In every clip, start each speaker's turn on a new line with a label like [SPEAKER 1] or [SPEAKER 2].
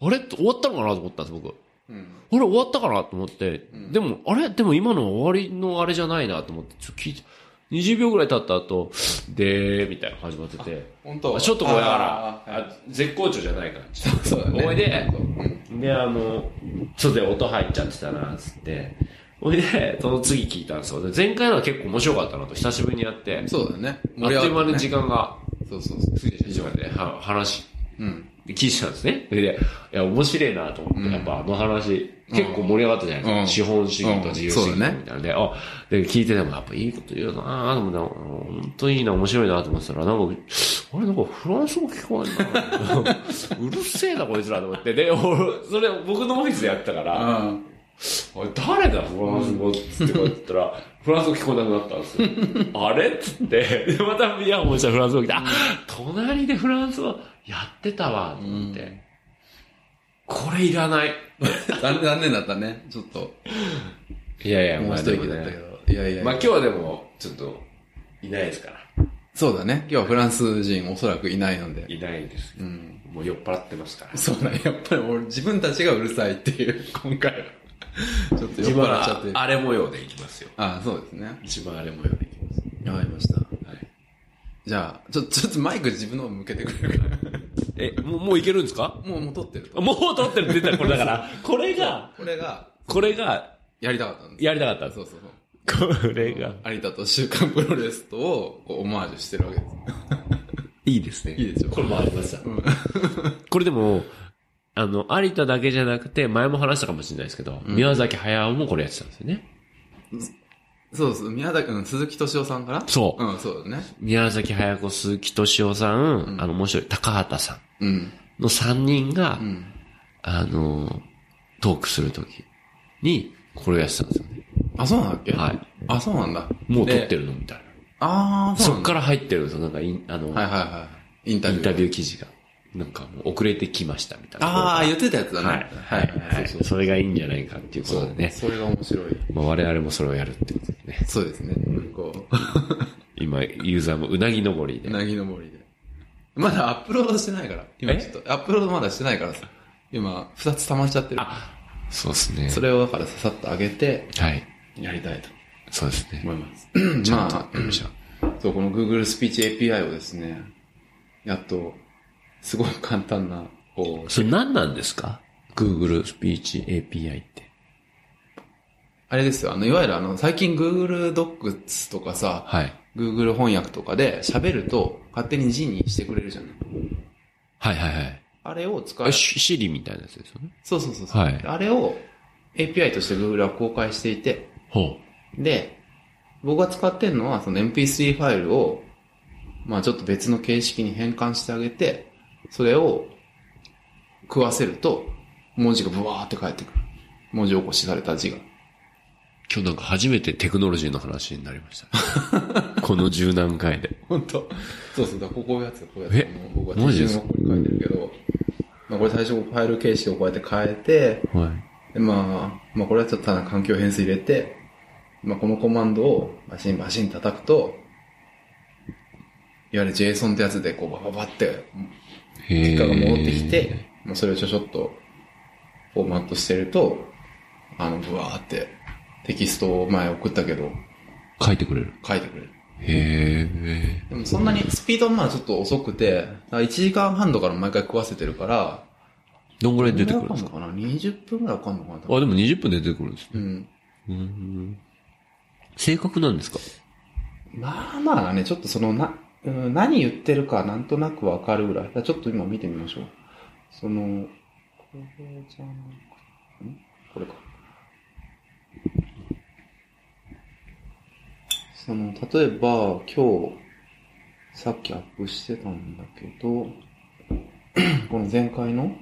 [SPEAKER 1] あれって終わったのかなと思ったんです、僕。
[SPEAKER 2] うん。
[SPEAKER 1] あれ終わったかなと思って、
[SPEAKER 2] うん
[SPEAKER 1] でも、あれでも今の終わりのあれじゃないなと思って、ちょっと聞いて、20秒ぐらい経った後、でー、みたいなの始まってて、
[SPEAKER 2] 本当
[SPEAKER 1] あちょっとこれだから、
[SPEAKER 2] あーはい
[SPEAKER 1] あ絶好調じゃないから、ちょっ
[SPEAKER 2] そうだね。
[SPEAKER 1] おいで
[SPEAKER 2] うん。
[SPEAKER 1] とで、あの、ちょっとで音入っちゃってたな、つって、ほいで、その次聞いたんですよ。で前回のは結構面白かったなと、久しぶりにやって、
[SPEAKER 2] そうだね。
[SPEAKER 1] あっという間に
[SPEAKER 2] に
[SPEAKER 1] 時間が
[SPEAKER 2] そうそうそう。
[SPEAKER 1] 過ぎてしまって、は話、
[SPEAKER 2] うん。
[SPEAKER 1] 聞いてたんですね。それで、いや、面白いなと思って、
[SPEAKER 2] うん
[SPEAKER 1] やっぱあの話、結構盛り上がったじゃないですか。
[SPEAKER 2] うん
[SPEAKER 1] 資本主義と自由主義みたいなので、あ、で、聞いててもやっぱいいこと言うなぁと思って、本当いいな、面白いなと思ってたら、なんか、あれ、なんかフランス語聞こ えんなうるせえな、こいつらと思って。で、俺それ僕のオフィスでやってたから、
[SPEAKER 2] あ
[SPEAKER 1] おい誰だフランス語っつってこう言ったら、フランス語聞こえなくなったんですよ。 あれっつって、で、またイヤホンしたらフランス語来て、あ、隣でフランス語やってたわ、と思って。
[SPEAKER 2] うん
[SPEAKER 1] これいらない。
[SPEAKER 2] あ。残残念だったね。ちょっと、
[SPEAKER 1] いやいや、
[SPEAKER 2] も
[SPEAKER 1] ま
[SPEAKER 2] う
[SPEAKER 1] あ
[SPEAKER 2] 一
[SPEAKER 1] で
[SPEAKER 2] 息
[SPEAKER 1] も
[SPEAKER 2] だったけ
[SPEAKER 1] ね。
[SPEAKER 2] ど。いやいや。
[SPEAKER 1] まあ今日はでも、ちょっと、いないですから。
[SPEAKER 2] そうだね。今日はフランス人おそらくいないので。
[SPEAKER 1] いないです。
[SPEAKER 2] うん。
[SPEAKER 1] もう酔っ払ってますから。
[SPEAKER 2] そうだね。やっぱり俺自分たちがうるさいっていう、今回は。ちょっと酔っ
[SPEAKER 1] 一番
[SPEAKER 2] 払っちゃって。あ
[SPEAKER 1] あれ模様でいきますよ。
[SPEAKER 2] あ、そうですね。
[SPEAKER 1] 一番あれ模様でいきます。
[SPEAKER 2] わかりました。
[SPEAKER 1] はい。
[SPEAKER 2] じゃあ、ちょ、ちょっとマイク自分の方向けてくれるから。
[SPEAKER 1] え、もう、もういけるんですか
[SPEAKER 2] もう、もう撮ってると。
[SPEAKER 1] もう撮ってる出たこれだから、これが、
[SPEAKER 2] これが、
[SPEAKER 1] これが、
[SPEAKER 2] やりたかったんです。
[SPEAKER 1] やりたかったんです
[SPEAKER 2] そうそうそう。
[SPEAKER 1] これが。
[SPEAKER 2] 有田と週刊プロレスとをこうオマージュしてるわけです。
[SPEAKER 1] いいですね。
[SPEAKER 2] いいでしょ
[SPEAKER 1] これもありました。これでも、あの、有田だけじゃなくて、前も話したかもしれないですけど、宮崎駿もこれやってたんですよね。
[SPEAKER 2] そうそう、宮崎、うん、鈴木敏夫さんから。
[SPEAKER 1] そう
[SPEAKER 2] うん、そうだね。
[SPEAKER 1] 宮崎駿子、鈴木敏夫さん、あの、面白い、高畑さ
[SPEAKER 2] うん。
[SPEAKER 1] んの3人が、
[SPEAKER 2] うん。
[SPEAKER 1] あの、トークするときに、これをやってたんですよね。
[SPEAKER 2] あ、そうなんだっけ
[SPEAKER 1] はい。
[SPEAKER 2] あ、そうなんだ。
[SPEAKER 1] もう撮
[SPEAKER 2] で
[SPEAKER 1] ってるのみたい
[SPEAKER 2] あ
[SPEAKER 1] な。
[SPEAKER 2] あ、そう
[SPEAKER 1] そ
[SPEAKER 2] な
[SPEAKER 1] っ
[SPEAKER 2] んだ。
[SPEAKER 1] から入ってるんですよ、なんかイン、あの、
[SPEAKER 2] はいはいはい。インタ
[SPEAKER 1] イ
[SPEAKER 2] ビュ
[SPEAKER 1] ン
[SPEAKER 2] ー。
[SPEAKER 1] タビュー記事が。なんかもう遅れてきましたみたいな。
[SPEAKER 2] ああ、言ってたやつだね。
[SPEAKER 1] はい。はい。はい。
[SPEAKER 2] そうそう
[SPEAKER 1] それがいいんじゃないかっていうことでね。
[SPEAKER 2] それが面白い。
[SPEAKER 1] まあ、我々もそれをやるってことですね。
[SPEAKER 2] そうですね。こ
[SPEAKER 1] 今、ユーザーもうなぎ登り
[SPEAKER 2] う、
[SPEAKER 1] で
[SPEAKER 2] う。なぎの森で。まだアップロードしてないから。今
[SPEAKER 1] え
[SPEAKER 2] ちょっと、アップロードまだしてないからさ。今、二つ溜まっちゃってる。
[SPEAKER 1] そうですね。
[SPEAKER 2] それをだからささっと上げて、
[SPEAKER 1] はい。
[SPEAKER 2] やりたいと
[SPEAKER 1] そうですね。
[SPEAKER 2] 思います。まあ、
[SPEAKER 1] よいしょ
[SPEAKER 2] そう、この Google スピーチ API をですね、やっと、すごい簡単な、こう、
[SPEAKER 1] それ何なんですか ?Google スピーチ API って。
[SPEAKER 2] あれですよ、あの、いわゆるあの、最近 Google Docs とかさ、
[SPEAKER 1] はい。
[SPEAKER 2] Google 翻訳とかで喋ると、勝手に字にしてくれるじゃない。
[SPEAKER 1] はいはいはい。
[SPEAKER 2] あれを使
[SPEAKER 1] あ
[SPEAKER 2] う。
[SPEAKER 1] シシリみたいなやつですよね。
[SPEAKER 2] そうそうそうそう、
[SPEAKER 1] はい
[SPEAKER 2] あれを API として Google は公開していて、
[SPEAKER 1] ほ
[SPEAKER 2] で、僕が使ってるのはその MP3 ファイルを、まあちょっと別の形式に変換してあげて、それを食わせると、文字がブワーって返ってくる。文字起こしされた字が。
[SPEAKER 1] 今日なんか初めてテクノロジーの話になりま した。この十何回で。
[SPEAKER 2] 本当そうそうだ、ここういうやつ、こういうやつ。
[SPEAKER 1] え
[SPEAKER 2] あの僕は
[SPEAKER 1] マ
[SPEAKER 2] 手
[SPEAKER 1] ジです
[SPEAKER 2] 順を
[SPEAKER 1] か
[SPEAKER 2] ここに書いてるけど、まあこれ最初ファイル形式をこうやって変えて、
[SPEAKER 1] はい。
[SPEAKER 2] で、まあ、まあこれはちょっとただ環境変数入れて、まあこのコマンドをバシンバシン叩くと、いわゆる JSON ってやつでこうバババって
[SPEAKER 1] へ
[SPEAKER 2] 結果が戻ってき
[SPEAKER 1] ー
[SPEAKER 2] て、まあそれをちょちょっとフォーマットしてると、あの、ブワーってテキストを前送ったけど、
[SPEAKER 1] 書いてくれる。
[SPEAKER 2] 書いてくれる。
[SPEAKER 1] へえ。
[SPEAKER 2] でもそんなにスピードはまあちょっと遅くて、1時間半とかの毎回食わせてるから、
[SPEAKER 1] どんぐらい出てく
[SPEAKER 2] ど
[SPEAKER 1] るん
[SPEAKER 2] れぐらいかか
[SPEAKER 1] です
[SPEAKER 2] の
[SPEAKER 1] か
[SPEAKER 2] かな ?20 分ぐらいかかんのかな多分
[SPEAKER 1] あ、でも20分で出てくるんですね。
[SPEAKER 2] うん。
[SPEAKER 1] うん。正確なんですか
[SPEAKER 2] まあまあね、ちょっとそのな、うん、何言ってるかなんとなくわかるぐらい。だからちょっと今見てみましょう。その、これじゃなくんこれか。その、例えば、今日、さっきアップしてたんだけど、この前回の、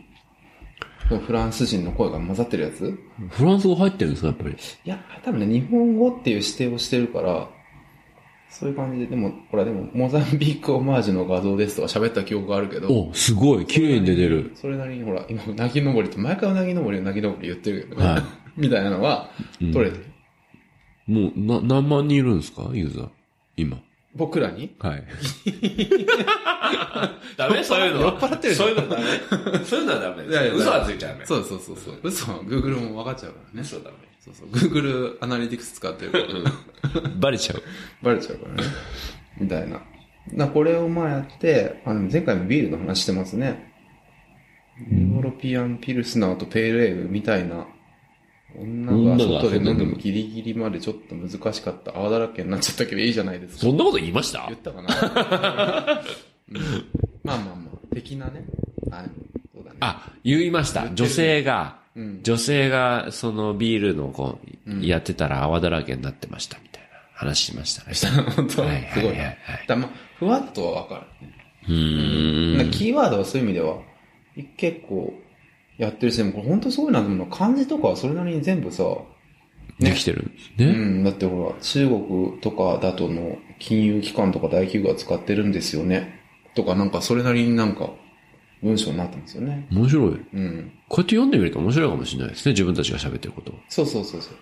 [SPEAKER 2] このフランス人の声が混ざってるやつ
[SPEAKER 1] フランス語入ってるんですかやっぱり。
[SPEAKER 2] いや、多分ね、日本語っていう指定をしてるから、そういう感じで、でも、ほら、でも、モザンビークオマージュの画像ですとか喋った記憶があるけど、
[SPEAKER 1] お、すごい。綺麗に出てる。
[SPEAKER 2] それなりにほら、今、うなぎ登りって、毎回うなぎ登り、うなぎ登り言ってるけどね、
[SPEAKER 1] は
[SPEAKER 2] みたいなのは、
[SPEAKER 1] うん
[SPEAKER 2] 取れてる。
[SPEAKER 1] もう、な、何万人いるんですかユーザー。今。
[SPEAKER 2] 僕らに
[SPEAKER 3] はい。
[SPEAKER 1] ダ メそういうの。
[SPEAKER 2] 酔っ払ってる
[SPEAKER 1] そういうのダメ。そういうのはダメ
[SPEAKER 2] いやいや。
[SPEAKER 1] 嘘はついちゃダメ。
[SPEAKER 2] そうそうそうそう。嘘は Google も分かっちゃうからね。
[SPEAKER 1] 嘘はダメ。
[SPEAKER 2] そうそう。Google アナリティクス使ってるから。
[SPEAKER 3] バレちゃう。
[SPEAKER 2] バレちゃうから ね。みたいな。な、これをまあやって、あの、前回もビールの話してますね。ヨーロピアンピルスナーとペールエールみたいな、女が外で飲んでもギリギリまでちょっと難しかった泡だらけになっちゃったけどいいじゃないですか
[SPEAKER 1] そ。んなこと言いました
[SPEAKER 2] 言ったかな、うんまあまあまあ、的なね。あ、そうだね。
[SPEAKER 1] あ、言いました。女性が、
[SPEAKER 2] うん。
[SPEAKER 1] 女性が、そのビールのこう、
[SPEAKER 2] うん
[SPEAKER 1] やってたら泡だらけになってましたみたいな話しましたね。
[SPEAKER 2] 本当、
[SPEAKER 1] はいはいはい
[SPEAKER 2] すごい
[SPEAKER 1] はい
[SPEAKER 2] ね。だまあ、ふわっとはわかるね。
[SPEAKER 1] うー
[SPEAKER 2] なん
[SPEAKER 1] ん
[SPEAKER 2] か。キーワードはそういう意味では、結構やってるし、でもこれ本当すごいなと思うのは、漢字とかはそれなりに全部さ、
[SPEAKER 1] できてるんです
[SPEAKER 2] う
[SPEAKER 1] ね。
[SPEAKER 2] ん、だってほら、中国とかだとの金融機関とか大企業が使ってるんですよね。とか、なんかそれなりになんか文章になったんですよね。
[SPEAKER 1] 面白い。こうや
[SPEAKER 2] うん。
[SPEAKER 1] って読んでみると面白いかもしれないですね。自分たちが喋ってること。
[SPEAKER 2] そうそうそうそう。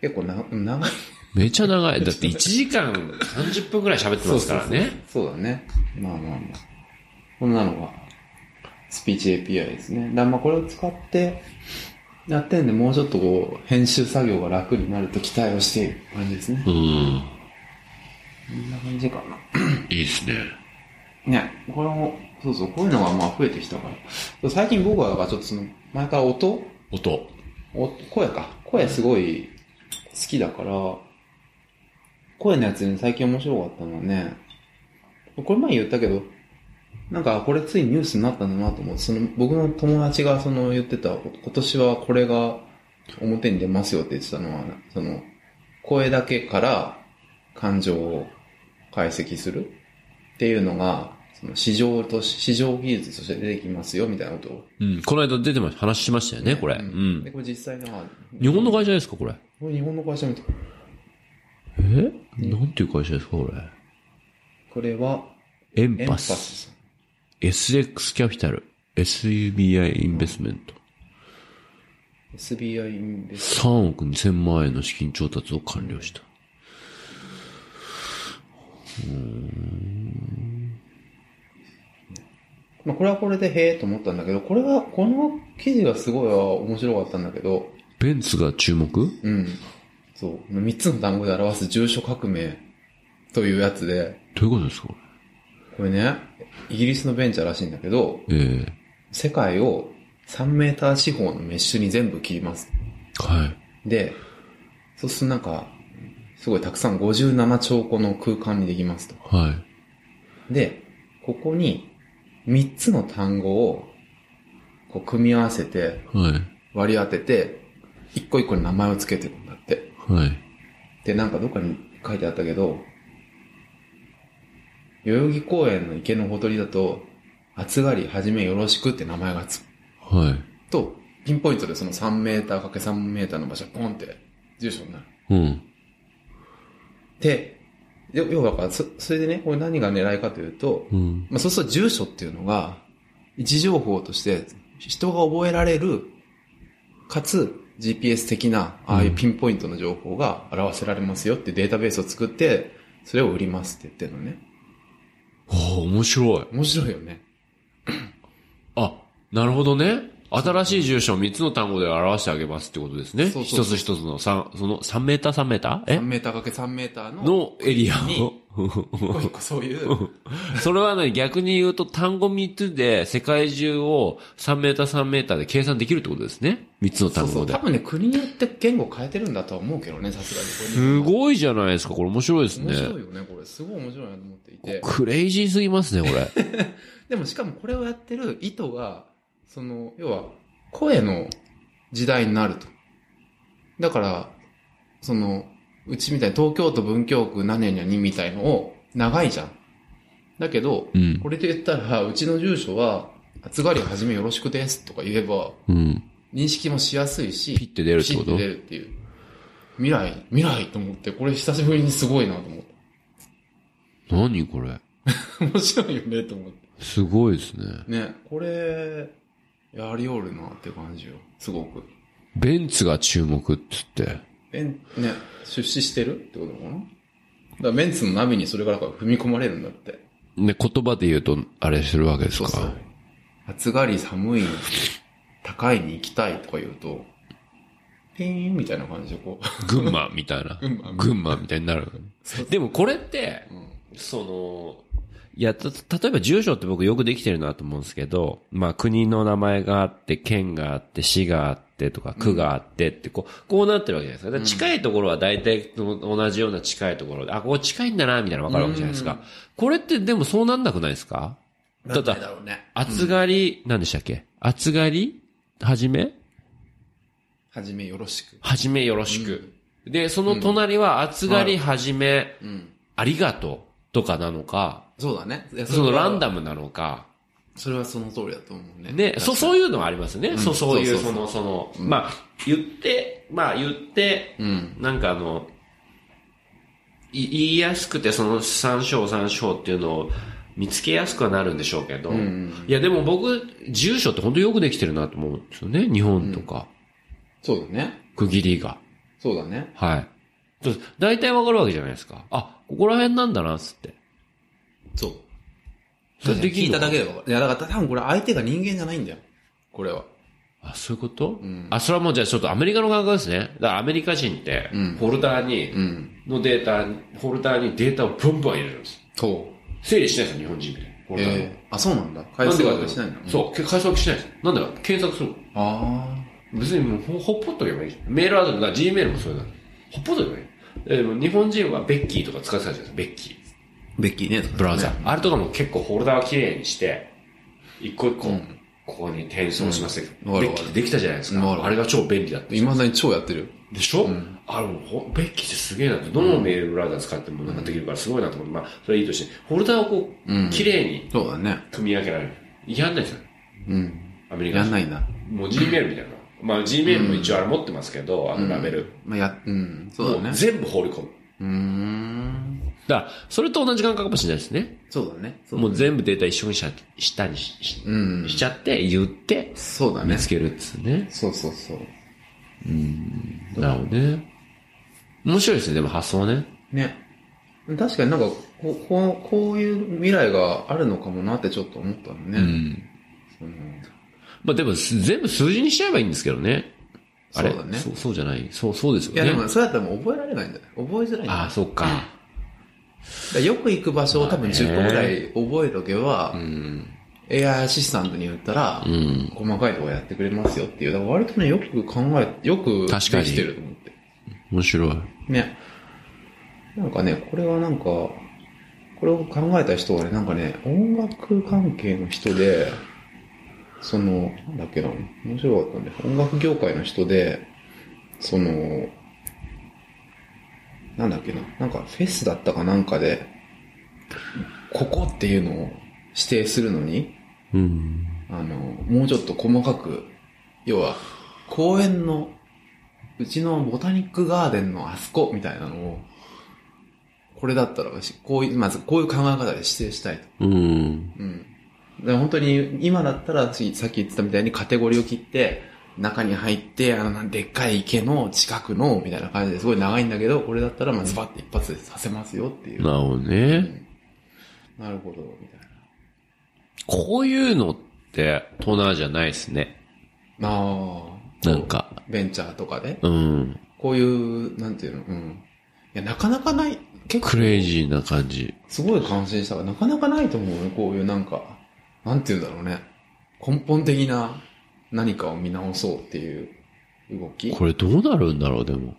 [SPEAKER 2] 結構な、長い。
[SPEAKER 1] めちゃ長 い。だって1時間30分くらい喋ってますからね。
[SPEAKER 2] そうだね。まあまあまあ。こんなのが、スピーチ API ですね。だからまあこれを使って、やってんで、もうちょっとこう、編集作業が楽になると期待をしている感じですね
[SPEAKER 1] う。ん。
[SPEAKER 2] こんな感じか
[SPEAKER 1] いいですね。
[SPEAKER 2] な。ね、これも、そうそう、こういうのがまあ増えてきたからそう。最近僕はだからちょっとその、前から音
[SPEAKER 1] 音。
[SPEAKER 2] お声か。声すごい好きだから、声のやつに最近面白かったのはね、これ前言ったけど、なんかこれついニュースになったんだなと思って、その僕の友達がその言ってた、今年はこれが表に出ますよって言ってたのは、その声だけから感情を解析するっていうのが、その市場とし、市場技術として出てきますよみたいなことを。
[SPEAKER 1] うん。この間出てました。話しましたよね、これ。う
[SPEAKER 2] で、
[SPEAKER 1] ん。
[SPEAKER 2] これ実際には
[SPEAKER 1] 日本の会社ですか、これ。
[SPEAKER 2] これ日本の会社みたい。
[SPEAKER 1] えなんていう会社ですか、こ
[SPEAKER 2] これは、
[SPEAKER 1] れ。エン
[SPEAKER 2] エンパ
[SPEAKER 1] パス。
[SPEAKER 2] ス。
[SPEAKER 1] SX キャピタル。SUBI インベスメント。
[SPEAKER 2] SBI インベス
[SPEAKER 1] 3億2000万円の資金調達を完了した。
[SPEAKER 2] まあ、これはこれでへえと思ったんだけど、これは、この記事がすごいは面白かったんだけど、
[SPEAKER 1] ベンツが注目
[SPEAKER 2] うん。そう。三つの単語で表す住所革命というやつで、
[SPEAKER 1] どういうことですか、こ
[SPEAKER 2] これね、イギリスのベンチャーらしいんだけど、
[SPEAKER 1] れ。え
[SPEAKER 2] 世界を3メーター四方のメッシュに全部切ります。
[SPEAKER 1] えはい。
[SPEAKER 2] で、そうするとなんか、すごいたくさん57兆個の空間にできますと。
[SPEAKER 1] はい。
[SPEAKER 2] で、ここに3つの単語をこう組み合わせて
[SPEAKER 1] はい。
[SPEAKER 2] 割り当てて、一個一個に名前をつけてるんだって。
[SPEAKER 1] はい。
[SPEAKER 2] で、なんかどっかに書いてあったけど、代々木公園の池のほとりだと、暑がりはじめよろしくって名前がつく
[SPEAKER 1] は
[SPEAKER 2] と、ピンポイントでその3メーターかけ3メーターの場所がポンって住所になる。
[SPEAKER 1] い。うん。
[SPEAKER 2] で、よ要はだからそ、それでね、これ何が狙いかというと、
[SPEAKER 1] うん。
[SPEAKER 2] まあ、そうすると住所っていうのが、位置情報として人が覚えられる、かつ GPS 的な、ああいうピンポイントの情報が表せられますよっていうデータベースを作って、それを売りますって言ってるのね。
[SPEAKER 1] おー面白い。
[SPEAKER 2] 面白いよね。
[SPEAKER 1] あ、なるほどね。新しい住所を3つの単語で表してあげますってことですね。
[SPEAKER 2] そうそ
[SPEAKER 1] 一
[SPEAKER 2] う
[SPEAKER 1] つ一つの3、その3メーター3メーターえ
[SPEAKER 2] 3メーターかけ3メーターの、
[SPEAKER 1] のエリア
[SPEAKER 2] に
[SPEAKER 1] を。
[SPEAKER 2] こういうそ ういう、
[SPEAKER 1] それはね、逆に言うと単語3つで世界中を3メーター3メーターで計算できるってことですね。3つの
[SPEAKER 2] そう
[SPEAKER 1] 単
[SPEAKER 2] そ
[SPEAKER 1] 語
[SPEAKER 2] う、
[SPEAKER 1] で。
[SPEAKER 2] 多分ね、国によって言語変えてるんだとは思うけどね、さすがに
[SPEAKER 1] す
[SPEAKER 2] これね。
[SPEAKER 1] ごいじゃないですか。これ面白いです
[SPEAKER 2] 面白
[SPEAKER 1] ね。
[SPEAKER 2] いよね、これ。すごい面白いなと思っていて。
[SPEAKER 1] クレイジーすぎますね、これ。
[SPEAKER 2] でもしかもこれをやってる意図が、その、要は、声の時代になると。だから、その、うちみたいに東京都文京区何々にみたいのを長いじゃん。だけど、
[SPEAKER 1] うん。
[SPEAKER 2] これで言ったら、うちの住所は、暑がりはじめよろしくですとか言えば、
[SPEAKER 1] うん。
[SPEAKER 2] 認識もしやすいし、
[SPEAKER 1] ピッて出るってこ
[SPEAKER 2] ピッ
[SPEAKER 1] と
[SPEAKER 2] 出るっていう。未来、未来と思って、これ久しぶりにすごいなと思って。
[SPEAKER 1] 何これ。
[SPEAKER 2] 面白いよねと思って。
[SPEAKER 1] すごいですね。
[SPEAKER 2] ね、これ、やりおるなって感じよ。すごく。
[SPEAKER 1] ベンツが注目っつって。
[SPEAKER 2] え、ね、出資してるってことかなからメンツのナビにそれがだから踏み込まれるんだって。
[SPEAKER 4] ね、言葉で言うと、あれするわけですか。
[SPEAKER 2] 暑がり寒い、高いに行きたいとか言うと、ピーンみたいな感じでこう。
[SPEAKER 4] 群馬みたいな。
[SPEAKER 2] 群馬
[SPEAKER 4] 群馬みたいになる。
[SPEAKER 1] でもこれって、その、いや、た、例えば住所って僕よくできてるなと思うんですけど、まあ国の名前があって、県があって、市があってとか、区があってって、こう、こうなってるわけじゃないですか。だから近いところは大体同じような近いところで、あ、ここ近いんだな、みたいなのわかるわけじゃないですか。これってでもそうなんなくないですかた
[SPEAKER 2] なん
[SPEAKER 1] だ
[SPEAKER 2] で、だろうね。
[SPEAKER 1] 暑がり、何でしたっけ暑がりはじめ
[SPEAKER 2] はじめよろしく。
[SPEAKER 1] はじめよろしく。で、その隣は暑がり、はじめ、
[SPEAKER 2] うん。
[SPEAKER 1] ありがとうとかなのか、
[SPEAKER 2] そうだね。いや
[SPEAKER 1] その
[SPEAKER 2] れは
[SPEAKER 1] ランダムなのか、
[SPEAKER 2] それはその通りだと思うね。
[SPEAKER 1] ね、そ、そういうのはありますね。そう、そういう、
[SPEAKER 2] そ
[SPEAKER 1] そう
[SPEAKER 2] そ
[SPEAKER 1] の、その、まあ、言って、まあ、言って、
[SPEAKER 2] うん。
[SPEAKER 1] なんかあの、い言いやすくて、その三章三章っていうのを見つけやすくはなるんでしょうけど、
[SPEAKER 2] ん
[SPEAKER 1] いや、でも僕、住所って本当よくできてるなと思うんですよね。日本とか、
[SPEAKER 2] そうだね。
[SPEAKER 1] 区切りが。
[SPEAKER 2] そうだね。
[SPEAKER 1] はい。そう大体わかるわけじゃないですか。あ、ここら辺なんだな、つって。
[SPEAKER 2] そう。
[SPEAKER 1] それでき
[SPEAKER 2] 聞
[SPEAKER 1] ん
[SPEAKER 2] い
[SPEAKER 1] の
[SPEAKER 2] ただけでは。いや、だから多分これ相手が人間じゃないんだよ。これは。
[SPEAKER 1] あ、そういうこと、
[SPEAKER 2] ん
[SPEAKER 1] あ、それはもうじゃあちょっとアメリカの感覚ですね。だからアメリカ人って
[SPEAKER 2] うん、
[SPEAKER 1] フォルダーに、
[SPEAKER 2] うん。
[SPEAKER 1] のデータ、フォルダーにデータをブンブン入れるんです。
[SPEAKER 2] そ
[SPEAKER 1] 整理しないですよ、日本人みたいな。フォ
[SPEAKER 2] う。
[SPEAKER 1] ルダーに。
[SPEAKER 2] ええあ、そうなんだ。
[SPEAKER 1] な
[SPEAKER 2] 解
[SPEAKER 1] んで
[SPEAKER 2] 説
[SPEAKER 1] か
[SPEAKER 2] はしないんだ。う。
[SPEAKER 1] そう、解析しないです。なんでか、検索する
[SPEAKER 2] ああ。
[SPEAKER 1] 別にもうほほっぽっとけばいいじゃん。メールアドレス、だから Gmail もそういうの。ほっぽっとけばいい。えでも日本人はベッキーとか使ってたじゃないですか、ベッキー。
[SPEAKER 2] ベッキーね。
[SPEAKER 1] ブラウザ。あれとかも結構フォルダーをきれいにして、一個一個、ここに転送しますけ
[SPEAKER 2] う
[SPEAKER 1] ど、
[SPEAKER 2] んわか
[SPEAKER 1] ベ
[SPEAKER 2] る
[SPEAKER 1] ッ
[SPEAKER 2] わか
[SPEAKER 1] キ
[SPEAKER 2] る
[SPEAKER 1] ーできたじゃないです
[SPEAKER 2] わかる
[SPEAKER 1] か。あれが超便利だった。
[SPEAKER 2] いまだに超やってるよ。
[SPEAKER 1] でしょ、あれもほベッキーってすげえなって、どのメールブラウザ使ってもなんかできるからすごいなと思って、まあ、それはいいとして、フォルダをこ
[SPEAKER 2] うん
[SPEAKER 1] う、綺麗に
[SPEAKER 2] そうだね。
[SPEAKER 1] 組み分けられる。やんないですよ、
[SPEAKER 2] うん。
[SPEAKER 1] アメリカ
[SPEAKER 2] やん
[SPEAKER 1] 人。
[SPEAKER 2] ないな。
[SPEAKER 1] もう Gmail みたいな。まあ、Gmail も一応あれ持ってますけど、あのラベル。
[SPEAKER 2] まあ、や、うん。そう
[SPEAKER 1] も
[SPEAKER 2] だ
[SPEAKER 1] う
[SPEAKER 2] ね。
[SPEAKER 1] 全部放り込む。
[SPEAKER 2] うーん。
[SPEAKER 1] だから、それと同じ感覚かもしれないですね。
[SPEAKER 2] そうだね。そう
[SPEAKER 1] もう全部データ一緒にしちゃしたにしし
[SPEAKER 2] うん
[SPEAKER 1] しちゃって、言って、
[SPEAKER 2] そうだ
[SPEAKER 1] 見
[SPEAKER 2] ね。
[SPEAKER 1] つけるっつうね。
[SPEAKER 2] そうそうそう。
[SPEAKER 1] なるほどね。面白いですね、でも発想ね。
[SPEAKER 2] ね。確かになんか、こう、こうこういう未来があるのかもなってちょっと思ったのね。
[SPEAKER 4] うん。
[SPEAKER 2] その
[SPEAKER 1] まあでも、す全部数字にしちゃえばいいんですけどね。あれ
[SPEAKER 2] そうだね
[SPEAKER 1] そうそうじゃない。そう、そうですよ
[SPEAKER 2] い
[SPEAKER 1] ね。
[SPEAKER 2] やでも、そうやったらもう覚えられないんだよ。覚えづらいんだよ。
[SPEAKER 1] ああ、そっか。
[SPEAKER 2] だからよく行く場所を多分
[SPEAKER 1] まあね
[SPEAKER 2] 10個ぐらい覚えとけば、
[SPEAKER 1] うん。
[SPEAKER 2] AI アシスタントに言ったら、
[SPEAKER 1] うん。
[SPEAKER 2] 細かいとこやってくれますよっていう。だから割とね、よく考え、よくで
[SPEAKER 4] 確かに
[SPEAKER 2] きてると思って。
[SPEAKER 4] 面白い。
[SPEAKER 2] ね。なんかね、これはなんか、これを考えた人はね、なんかね、音楽関係の人で、その、なんだっけな、面白かったんで、音楽業界の人で、その、なんだっけな、なんかフェスだったかなんかで、ここっていうのを指定するのに、
[SPEAKER 4] うん。
[SPEAKER 2] あの、もうちょっと細かく、要は、公園の、うちのボタニックガーデンのあそこみたいなのを、これだったら、しこういう、まずこういう考え方で指定したいと。
[SPEAKER 4] うん。
[SPEAKER 2] うん。だから本当に、今だったら、ついさっき言ってたみたいにカテゴリーを切って、中に入って、あの、でっかい池の近くの、みたいな感じですごい長いんだけど、これだったら、まあ、ズバッて一発でさせますよっていう。
[SPEAKER 4] なるほど
[SPEAKER 2] う
[SPEAKER 4] ね。
[SPEAKER 2] んなるほど、みたい
[SPEAKER 4] こういうのって、トナーじゃないですね。
[SPEAKER 2] な。ああ。
[SPEAKER 4] なんか、
[SPEAKER 2] ベンチャーとかで。
[SPEAKER 4] うん。
[SPEAKER 2] こういう、なんていうの、うん。いや、なかなかない、結
[SPEAKER 4] ク
[SPEAKER 2] 構、
[SPEAKER 4] レイジーな感じ。
[SPEAKER 2] すごい感心したから、なかなかないと思うよ、こういうなんか、なんていうんだろうね。根本的な何かを見直そうっていう動き。
[SPEAKER 4] これどうなるんだろう、でも。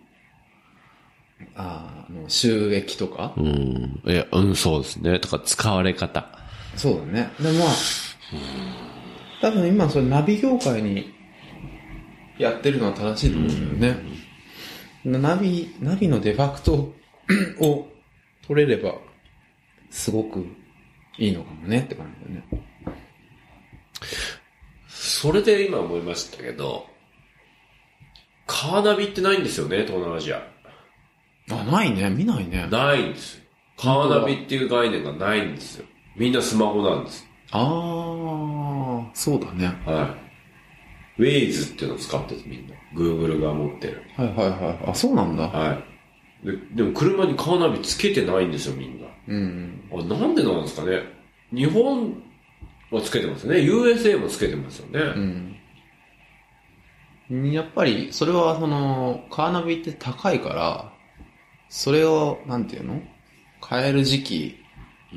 [SPEAKER 2] あーあの、収益とか、
[SPEAKER 4] うん。いや、うん、そうですね。とか、使われ方。
[SPEAKER 2] そうだね。でもまあ、多分今、それナビ業界にやってるのは正しいと思うんだよね。ナビ、ナビのデファクトを 取れれば、すごくいいのかもねって感じだよね。
[SPEAKER 1] それで今思いましたけど、カーナビってないんですよね、東南アジア。
[SPEAKER 2] あ、ないね。見ないね。あ
[SPEAKER 1] ないんですよ。カーナビっていう概念がないんですよ。みんなスマホなんです。
[SPEAKER 2] あー、そうだね。
[SPEAKER 1] はい。ウェイズっていうのを使っててみんな。Google が持ってる。
[SPEAKER 2] はいはいはい。あ、そうなんだ。
[SPEAKER 1] はい。
[SPEAKER 5] ででも車にカーナビつけてないんですよ、みんな。
[SPEAKER 2] うん。
[SPEAKER 5] あなんでなんですかね。日本はつけてますよね。USA もつけてますよね。
[SPEAKER 2] うん。やっぱり、それはその、カーナビって高いから、それを、なんていうの変える時期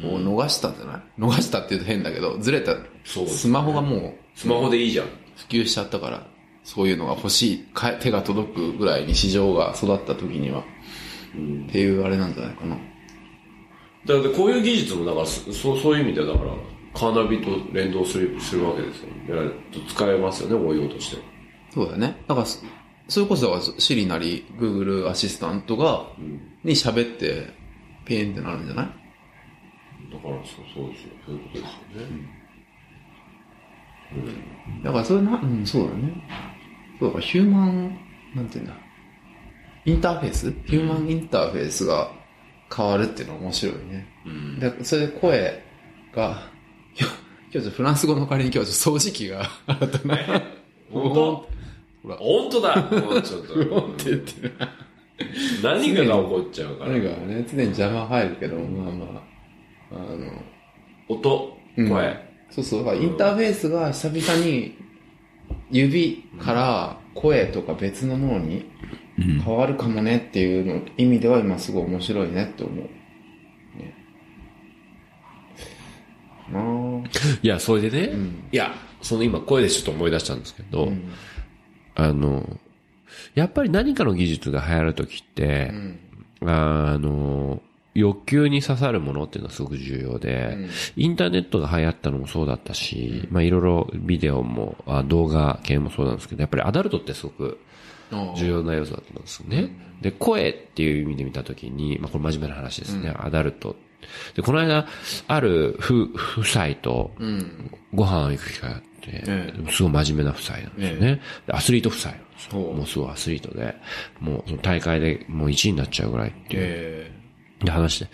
[SPEAKER 2] を逃したんじゃない、逃したって言うと変だけど、ずれた。
[SPEAKER 5] そうですね
[SPEAKER 2] スマホがも
[SPEAKER 5] スマホでいいじゃん。
[SPEAKER 2] う普及しちゃったから、そういうのが欲しい、か手が届くぐらいに市場が育った時には、っていうあれなんじゃないかな。
[SPEAKER 5] だからこういう技術もだからそそうそういう意味ではだからカーナビと連動するするわけですよね使えますよね応用として
[SPEAKER 2] そうだね。だからそ、それこそだから、シリなり、Google アシスタントが、に喋って、ピーンってなるんじゃない
[SPEAKER 5] だからそうそうですよそういうことですよね、
[SPEAKER 2] だから、それな、うん、そうだね。そうだから、ヒューマン、なんていうんだ。インターフェースヒューマンインターフェースが変わるっていうのは面白いね。
[SPEAKER 5] うん、
[SPEAKER 2] で、それで声が、 今日、今日ちょっとフランス語の代わりに今日ちょっと掃除機が、あったな。
[SPEAKER 5] 本当
[SPEAKER 2] ほら
[SPEAKER 5] 本当だもうち ょっと
[SPEAKER 2] って言ってる。
[SPEAKER 5] 何かが起こっちゃうから
[SPEAKER 2] 何かね、常に邪魔入るけど、まあまあ、あの、
[SPEAKER 5] 音
[SPEAKER 2] う
[SPEAKER 5] 声、
[SPEAKER 2] んそうそう、だからインターフェースが久々に指から声とか別のものに変わるかもねっていうの意味では今すごい面白いねって思う。ねなあ
[SPEAKER 1] いや、それでね、
[SPEAKER 2] うん
[SPEAKER 1] いや、その今声でちょっと思い出したんですけど、
[SPEAKER 2] うん
[SPEAKER 1] あの、やっぱり何かの技術が流行るときっ
[SPEAKER 2] う
[SPEAKER 1] て、
[SPEAKER 2] ん
[SPEAKER 1] あの、欲求に刺さるものっていうのはすごく重要
[SPEAKER 2] う
[SPEAKER 1] で、
[SPEAKER 2] ん
[SPEAKER 1] インターネットが流行ったのもそうだったし、まあいろいろビデオも、あ動画系もそうなんですけど、やっぱりアダルトってすごく
[SPEAKER 2] ああ
[SPEAKER 1] 重要な要素だと思うんですよね。で、声っていう意味で見たときに、まあこれ真面目な話ですね、アダルト。で、この間、ある夫夫妻と
[SPEAKER 2] うん。
[SPEAKER 1] ご飯行く機会があって、
[SPEAKER 2] ええ
[SPEAKER 1] すごい真面目な夫妻なんですよね。でアスリート夫妻なんですよ。
[SPEAKER 2] ほう
[SPEAKER 1] もうすごいアスリートで、もうその大会でもう1位になっちゃうぐらいっていう。
[SPEAKER 2] え
[SPEAKER 1] で、話し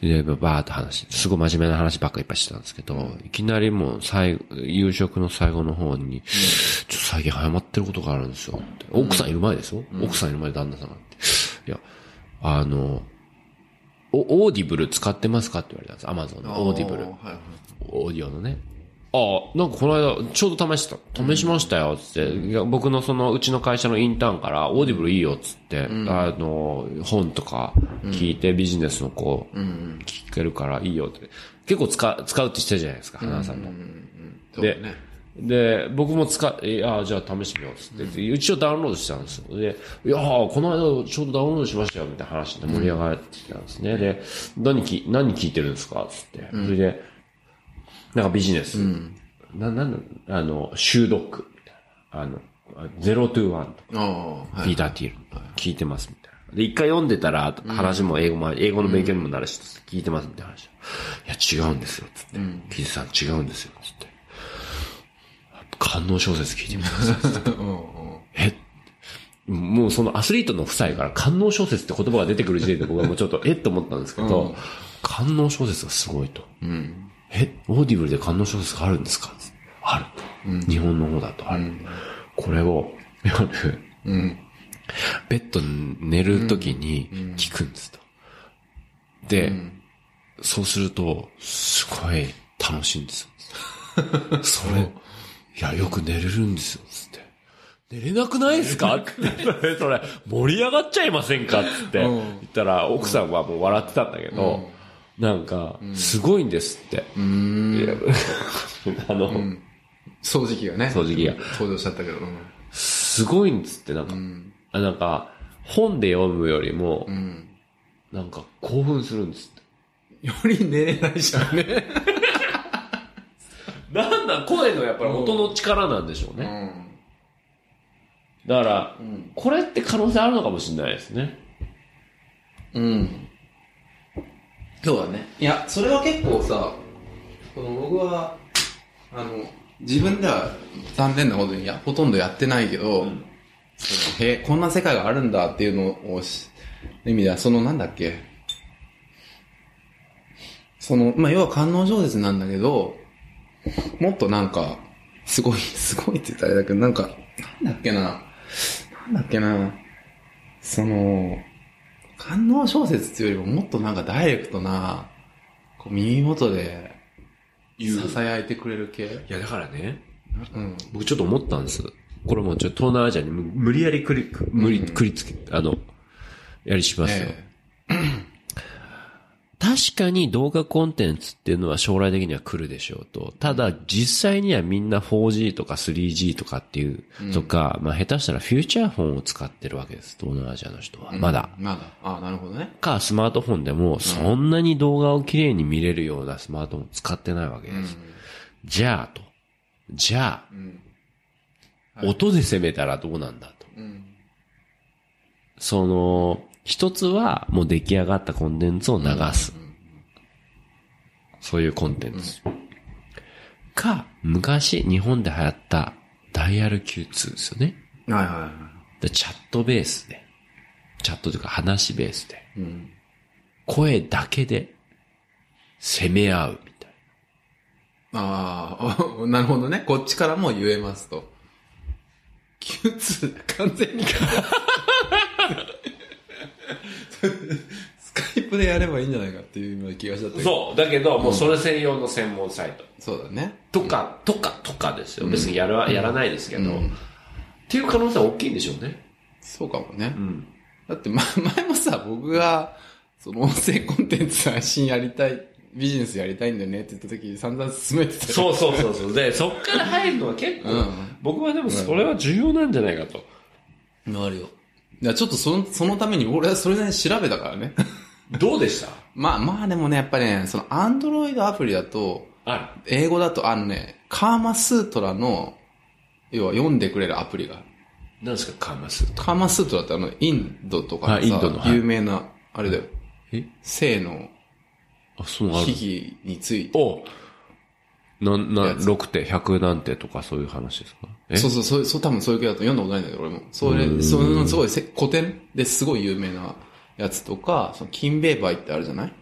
[SPEAKER 1] て、で、バーっと話して、すごい真面目な話ばっかりいっぱいしてたんですけど、いきなりもう最後、夕食の最後の方に、ちょっと最近早まってることがあるんですよって。奥さんいる前ですよ、奥さんいる前で旦那さんがって。いや、あの、おオーディブル使ってますかって言われたんです。アマゾン
[SPEAKER 2] え
[SPEAKER 1] のオーディブル
[SPEAKER 2] はい。はい。
[SPEAKER 1] オーディオのね。ああ、なんかこの間、ちょうど試してた。試しましたよ、つって。いや僕のその、うちの会社のインターンから、オーディブルいいよ、つって、あの、本とか聞いて、ビジネスのこう、
[SPEAKER 2] うん
[SPEAKER 1] 聞けるからいいよって。結構使、使うってしてるじゃないですか、花さんも。
[SPEAKER 2] うん。うんそうだね。
[SPEAKER 1] で、僕も使っ、え、あじゃあ試してみようっつって、うちをダウンロードしたんですよ。で、いやーこの間ちょうどダウンロードしましたよ、みたいな話で盛り上がってきたんですね。で、何き、何聞いてるんですかっつって。それで、なんかビジネス。な、なんだ、あの、シュードックみたいな。あの、ゼロトゥーワンとか、
[SPEAKER 2] ああ、は
[SPEAKER 1] ピー
[SPEAKER 2] い。
[SPEAKER 1] ター・ティール、聞いてます、みたいな。で、一回読んでたら、話も英語も、英語の勉強にもなるし、聞いてます、みたいな話。いや、違うんですよ、つって。キズさん違うんですよ、つって。感動小説聞いてみたんですよ。
[SPEAKER 2] うんうん
[SPEAKER 1] えもうそのアスリートの夫妻から感能小説って言葉が出てくる時点で僕はもうちょっと えっと思ったんですけど、感能小説がすごいと。
[SPEAKER 2] うん。
[SPEAKER 1] え、オーディブルで観音小説があるんですかあると、日本の方だとある。これを夜、
[SPEAKER 2] うん。
[SPEAKER 1] ベッドに寝るときに聞くんですと。で、そうすると、すごい楽しいんです よ。それ、いや、よく寝れるんですよ、つって。寝れなくないですかって、 それ、それ、盛り上がっちゃいませんかっつって、
[SPEAKER 2] う
[SPEAKER 1] 言
[SPEAKER 2] ん
[SPEAKER 1] ったら、奥さんはもう笑ってたんだけど、なんか、すごいんですって。
[SPEAKER 2] うん。
[SPEAKER 1] いや あの、
[SPEAKER 2] 掃除機がね。
[SPEAKER 1] 掃除機が
[SPEAKER 2] 登場しちゃったけど。うん
[SPEAKER 1] すごいんですって、なんか、あなんか、本で読むよりも
[SPEAKER 2] う、ん。
[SPEAKER 1] なんか興奮するんですって。
[SPEAKER 2] より寝れないじゃんね。
[SPEAKER 1] なんだ、声のやっぱり音の力なんでしょう
[SPEAKER 2] う
[SPEAKER 1] ね。
[SPEAKER 2] ん。
[SPEAKER 1] だから
[SPEAKER 2] ん、
[SPEAKER 1] これって可能性あるのかもしれないですね。
[SPEAKER 2] うん。そうだね。いや、それは結構さ、この僕は、あの、自分では残念なことにいや、ほとんどやってないけど、そのへえこんな世界があるんだっていうのをし、意味では、そのなんだっけ。その、まあ、要は観音小説なんだけど、もっとなんか、すごい、すごいって言ったらあれだけど、なんか、なんだっけな、なんだっけな、その、官能小説っていうよりももっとなんかダイレクトな、こう耳元で
[SPEAKER 1] 言う
[SPEAKER 2] 囁いてくれる系。
[SPEAKER 1] いや、だからね、
[SPEAKER 2] うん。
[SPEAKER 1] 僕ちょっと思ったんです。これもうちょっと東南アジアに無無理やりくり、無理、くりつけ、あの、やりしますよ。
[SPEAKER 2] え
[SPEAKER 1] 確かに動画コンテンツっていうのは将来的には来るでしょうと。ただ、実際にはみんな 4G とか 3G とかっていう、とか、まあ下手したらフューチャーフォンを使ってるわけです。東南アジアの人は。
[SPEAKER 2] え
[SPEAKER 1] まだ。。
[SPEAKER 2] まだ。ああ、なるほどね。
[SPEAKER 1] か、スマートフォンでも、そんなに動画を綺麗に見れるようなスマートフォン使ってないわけです。じゃあ、と。じゃあ、
[SPEAKER 2] うん。
[SPEAKER 1] 音で攻めたらどうなんだと。
[SPEAKER 2] うん。
[SPEAKER 1] その、一つは、もう出来上がったコンテンツを流す。そういうコンテンツ。か、昔、日本で流行った、ダイヤル Q2 ですよね。
[SPEAKER 2] はいはいは
[SPEAKER 1] でチャットベースで。チャットというか話ベースで。
[SPEAKER 2] い。うん。
[SPEAKER 1] 声だけで、攻め合うみたいな。
[SPEAKER 2] ああ、 なるほどね。こっちからも言えますと。Q2、完全 に。スカイプでやればいいんじゃないかっていうような気がしちゃったけど
[SPEAKER 1] そう。だけど、もうそれ専用の専門サイト。
[SPEAKER 2] そうだね。
[SPEAKER 1] とか、とか、とかですよ。別にやら、やらないですけど。
[SPEAKER 2] うん
[SPEAKER 1] っていう可能性は大きいんでしょうね。
[SPEAKER 2] そうかもね。
[SPEAKER 1] ん。
[SPEAKER 2] だって、ま、 前もさ、僕が、その音声コンテンツ配信やりたい、ビジネスやりたいんだよねって言った時、散々進めてたよ
[SPEAKER 1] そうそうそうそう。で、そっから入るのは結構、
[SPEAKER 2] うん
[SPEAKER 1] 僕はでもそれは重要なんじゃないかと。
[SPEAKER 2] なるよ。いや、ちょっとその、そのために、俺はそれなりに調べたからね。
[SPEAKER 1] どうでした
[SPEAKER 2] まあまあでもね、やっぱね、その、アンドロイドアプリだと、
[SPEAKER 1] あ
[SPEAKER 2] 英語だと、あのね、カーマスートラの、要は読んでくれるアプリがある。
[SPEAKER 1] る。なんですか、カーマスート。
[SPEAKER 2] カーマスートラってあの、インドとかさ
[SPEAKER 1] あインドのはい
[SPEAKER 2] 有名な、あれだよ。
[SPEAKER 1] え
[SPEAKER 2] 性の
[SPEAKER 1] あ、そうなる。
[SPEAKER 2] 危機について。
[SPEAKER 1] おなん、な
[SPEAKER 2] や
[SPEAKER 1] ん、
[SPEAKER 2] つ
[SPEAKER 1] 6手、100何手とかそういう話ですかえ
[SPEAKER 2] そうそう、そう、そう、多分そういう系だと読んだことないんだけど、俺も。それ、その、すごいせ、古典ですごい有名なやつとか、その、金兵衛ってあるじゃない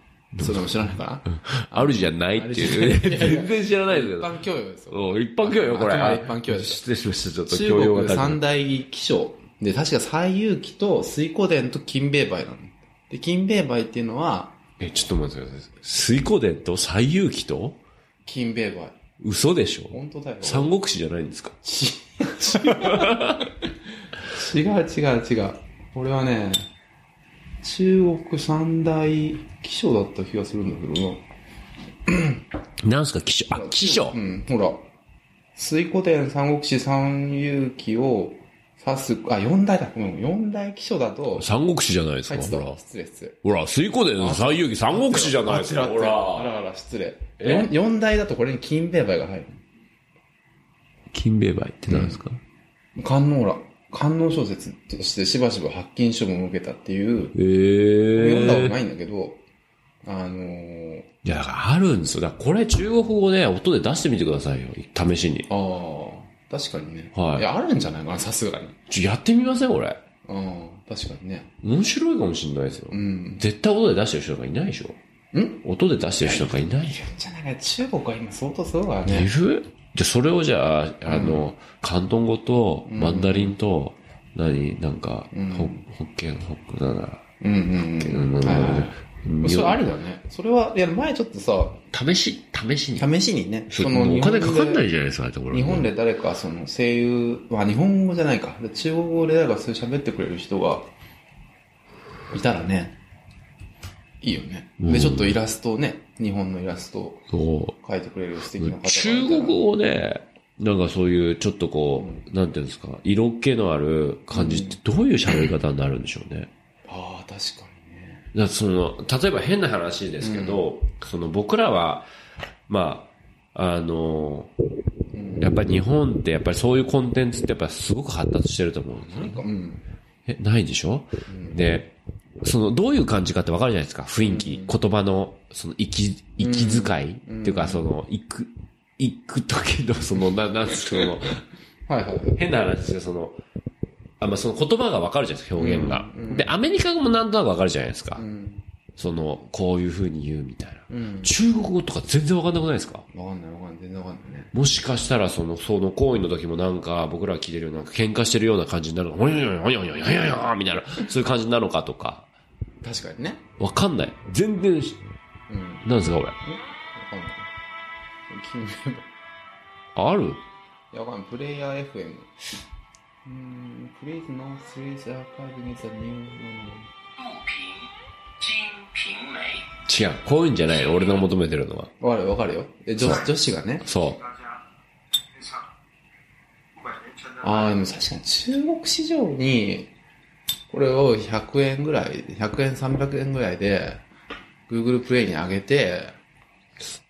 [SPEAKER 2] それも知らないかな
[SPEAKER 1] あるじゃないっていう。全然知らないですけ
[SPEAKER 2] 一
[SPEAKER 1] ど。
[SPEAKER 2] 般教養ですよ。
[SPEAKER 1] お一般教養これ。
[SPEAKER 2] あくまで一般教養です
[SPEAKER 1] 失礼しました。ちょっと
[SPEAKER 2] 中
[SPEAKER 1] 教養が
[SPEAKER 2] 国
[SPEAKER 1] 足りない
[SPEAKER 2] 三大気象。で、確か西遊記と水古伝と金兵衛なの。で、金兵衛っていうのは、
[SPEAKER 1] え、ちょっと待ってください。水湖伝と西遊記と
[SPEAKER 2] 金兵衛。
[SPEAKER 1] 嘘でしょ
[SPEAKER 2] 本当だよ。
[SPEAKER 1] 三国志じゃないんですか
[SPEAKER 2] 違う違う違う。これはね、中国三大気象だった気がするんだけどな。
[SPEAKER 1] なんすか、気象。あ、気象
[SPEAKER 2] う。ん、ほら。水古伝三国志三遊記を指す、あ、四大だ。ごめん、四大気象だと、
[SPEAKER 1] 三国志じゃないです
[SPEAKER 2] あい
[SPEAKER 1] か、
[SPEAKER 2] つ
[SPEAKER 1] ほ
[SPEAKER 2] だ
[SPEAKER 1] ら。
[SPEAKER 2] 失礼失礼。
[SPEAKER 1] ほら、水湖伝の西遊記三国志じゃないですか、ほ
[SPEAKER 2] あ
[SPEAKER 1] ら。
[SPEAKER 2] らあら、失礼。
[SPEAKER 1] え
[SPEAKER 2] 四四大だとこれに金兵衛が入る。
[SPEAKER 1] 金兵衛って何ですか
[SPEAKER 2] 観能ら、観能小説としてしばしば発見書も受けたっていう、
[SPEAKER 1] ええ
[SPEAKER 2] 読んだこと
[SPEAKER 1] ー。
[SPEAKER 2] ないんだけど、あのー、
[SPEAKER 1] いや、だからあるんですよ。だからこれ中国語で音で出してみてくださいよ。試しに。
[SPEAKER 2] ああ、確かにね。
[SPEAKER 1] はい
[SPEAKER 2] や、あるんじゃないかな、さすがに。
[SPEAKER 1] ちょ、やってみませんこれ。
[SPEAKER 2] うん、確かにね。
[SPEAKER 1] 面白いかもしんないですよ
[SPEAKER 2] う。ん。
[SPEAKER 1] 絶対音で出してる人がいないでしょ。
[SPEAKER 2] ん
[SPEAKER 1] 音で出してる人がいないよ。
[SPEAKER 2] じゃあなんか中国は今相当すごいから
[SPEAKER 1] い
[SPEAKER 2] ね。
[SPEAKER 1] るじゃあ、それをじゃあ、あの、広東語と、マンダリンと、何なんか、ほ、ホッケン、ホックだな。
[SPEAKER 2] うんうんうん。はいはいはい。それありだね。それは、いや、前ちょっとさ、
[SPEAKER 1] 試し、試しに。
[SPEAKER 2] 試しにね、。
[SPEAKER 1] そのお金かかんないいじゃないですか、ああいうところ。
[SPEAKER 2] 日本で誰か、その声優、まあ日本語じゃないか。で中国語で誰かそういう喋ってくれる人が、いたらね、いいよね。で、ちょっとイラストをね、日本のイラストを
[SPEAKER 1] そう。
[SPEAKER 2] 描いてくれる素敵な方がいたら
[SPEAKER 1] 中国語で、なんかそういう、ちょっとこう、なんていうんですか、色気のある感じってどういう喋り方になるんでしょうね。
[SPEAKER 2] ああ、確かにね。
[SPEAKER 1] だからその、例えば変な話ですけど、その僕らは、まあ、あの、やっぱり日本ってやっぱりそういうコンテンツってやっぱりすごく発達してると思うんですよね。
[SPEAKER 2] うん。
[SPEAKER 1] え、ないでしょ、で、その、どういう感じかってわかるじゃないですか。雰囲気、言葉の、その、息、息遣い、っていうか、その、行く、行く時の、その、な、なんですか、その、
[SPEAKER 2] はいはい。
[SPEAKER 1] 変な話ですよ、その、あ、まあ、その言葉がわかるじゃないですか、表現が。で、アメリカ語もなんとなくわかるじゃないですか。
[SPEAKER 2] うん。
[SPEAKER 1] その、こういう風に言うみたいな。
[SPEAKER 2] うん。
[SPEAKER 1] 中国語とか全然わかんなくないですか
[SPEAKER 2] わかんないわかんない。全然わかんないね。
[SPEAKER 1] もしかしたら、その、その行為の時もなんか、僕らが聞いてるような、喧嘩してるような感じになるのか、ほにょにょにょにょにょにょにょにょにょみたいな、そういう感じになるのかとか、
[SPEAKER 2] 確かにね。
[SPEAKER 1] わかんない。全然し、
[SPEAKER 2] うん。わ
[SPEAKER 1] なんですか、これ。
[SPEAKER 2] かんない。金メバ
[SPEAKER 1] ある
[SPEAKER 2] いや、わかんない。プレイヤー FM。うーん、please no series archiving is a new one.
[SPEAKER 6] 录屏金瓶梅。
[SPEAKER 1] 違う。こういうんじゃないの。俺の求めてるのは。
[SPEAKER 2] わかるわかるよ。え、女子、女子がね。
[SPEAKER 1] そう。
[SPEAKER 6] 大家配上不管人称的
[SPEAKER 2] ああ、でも確かに中国市場に、これを100円ぐらい、100円、300円ぐらいで、Google プレイに上げて、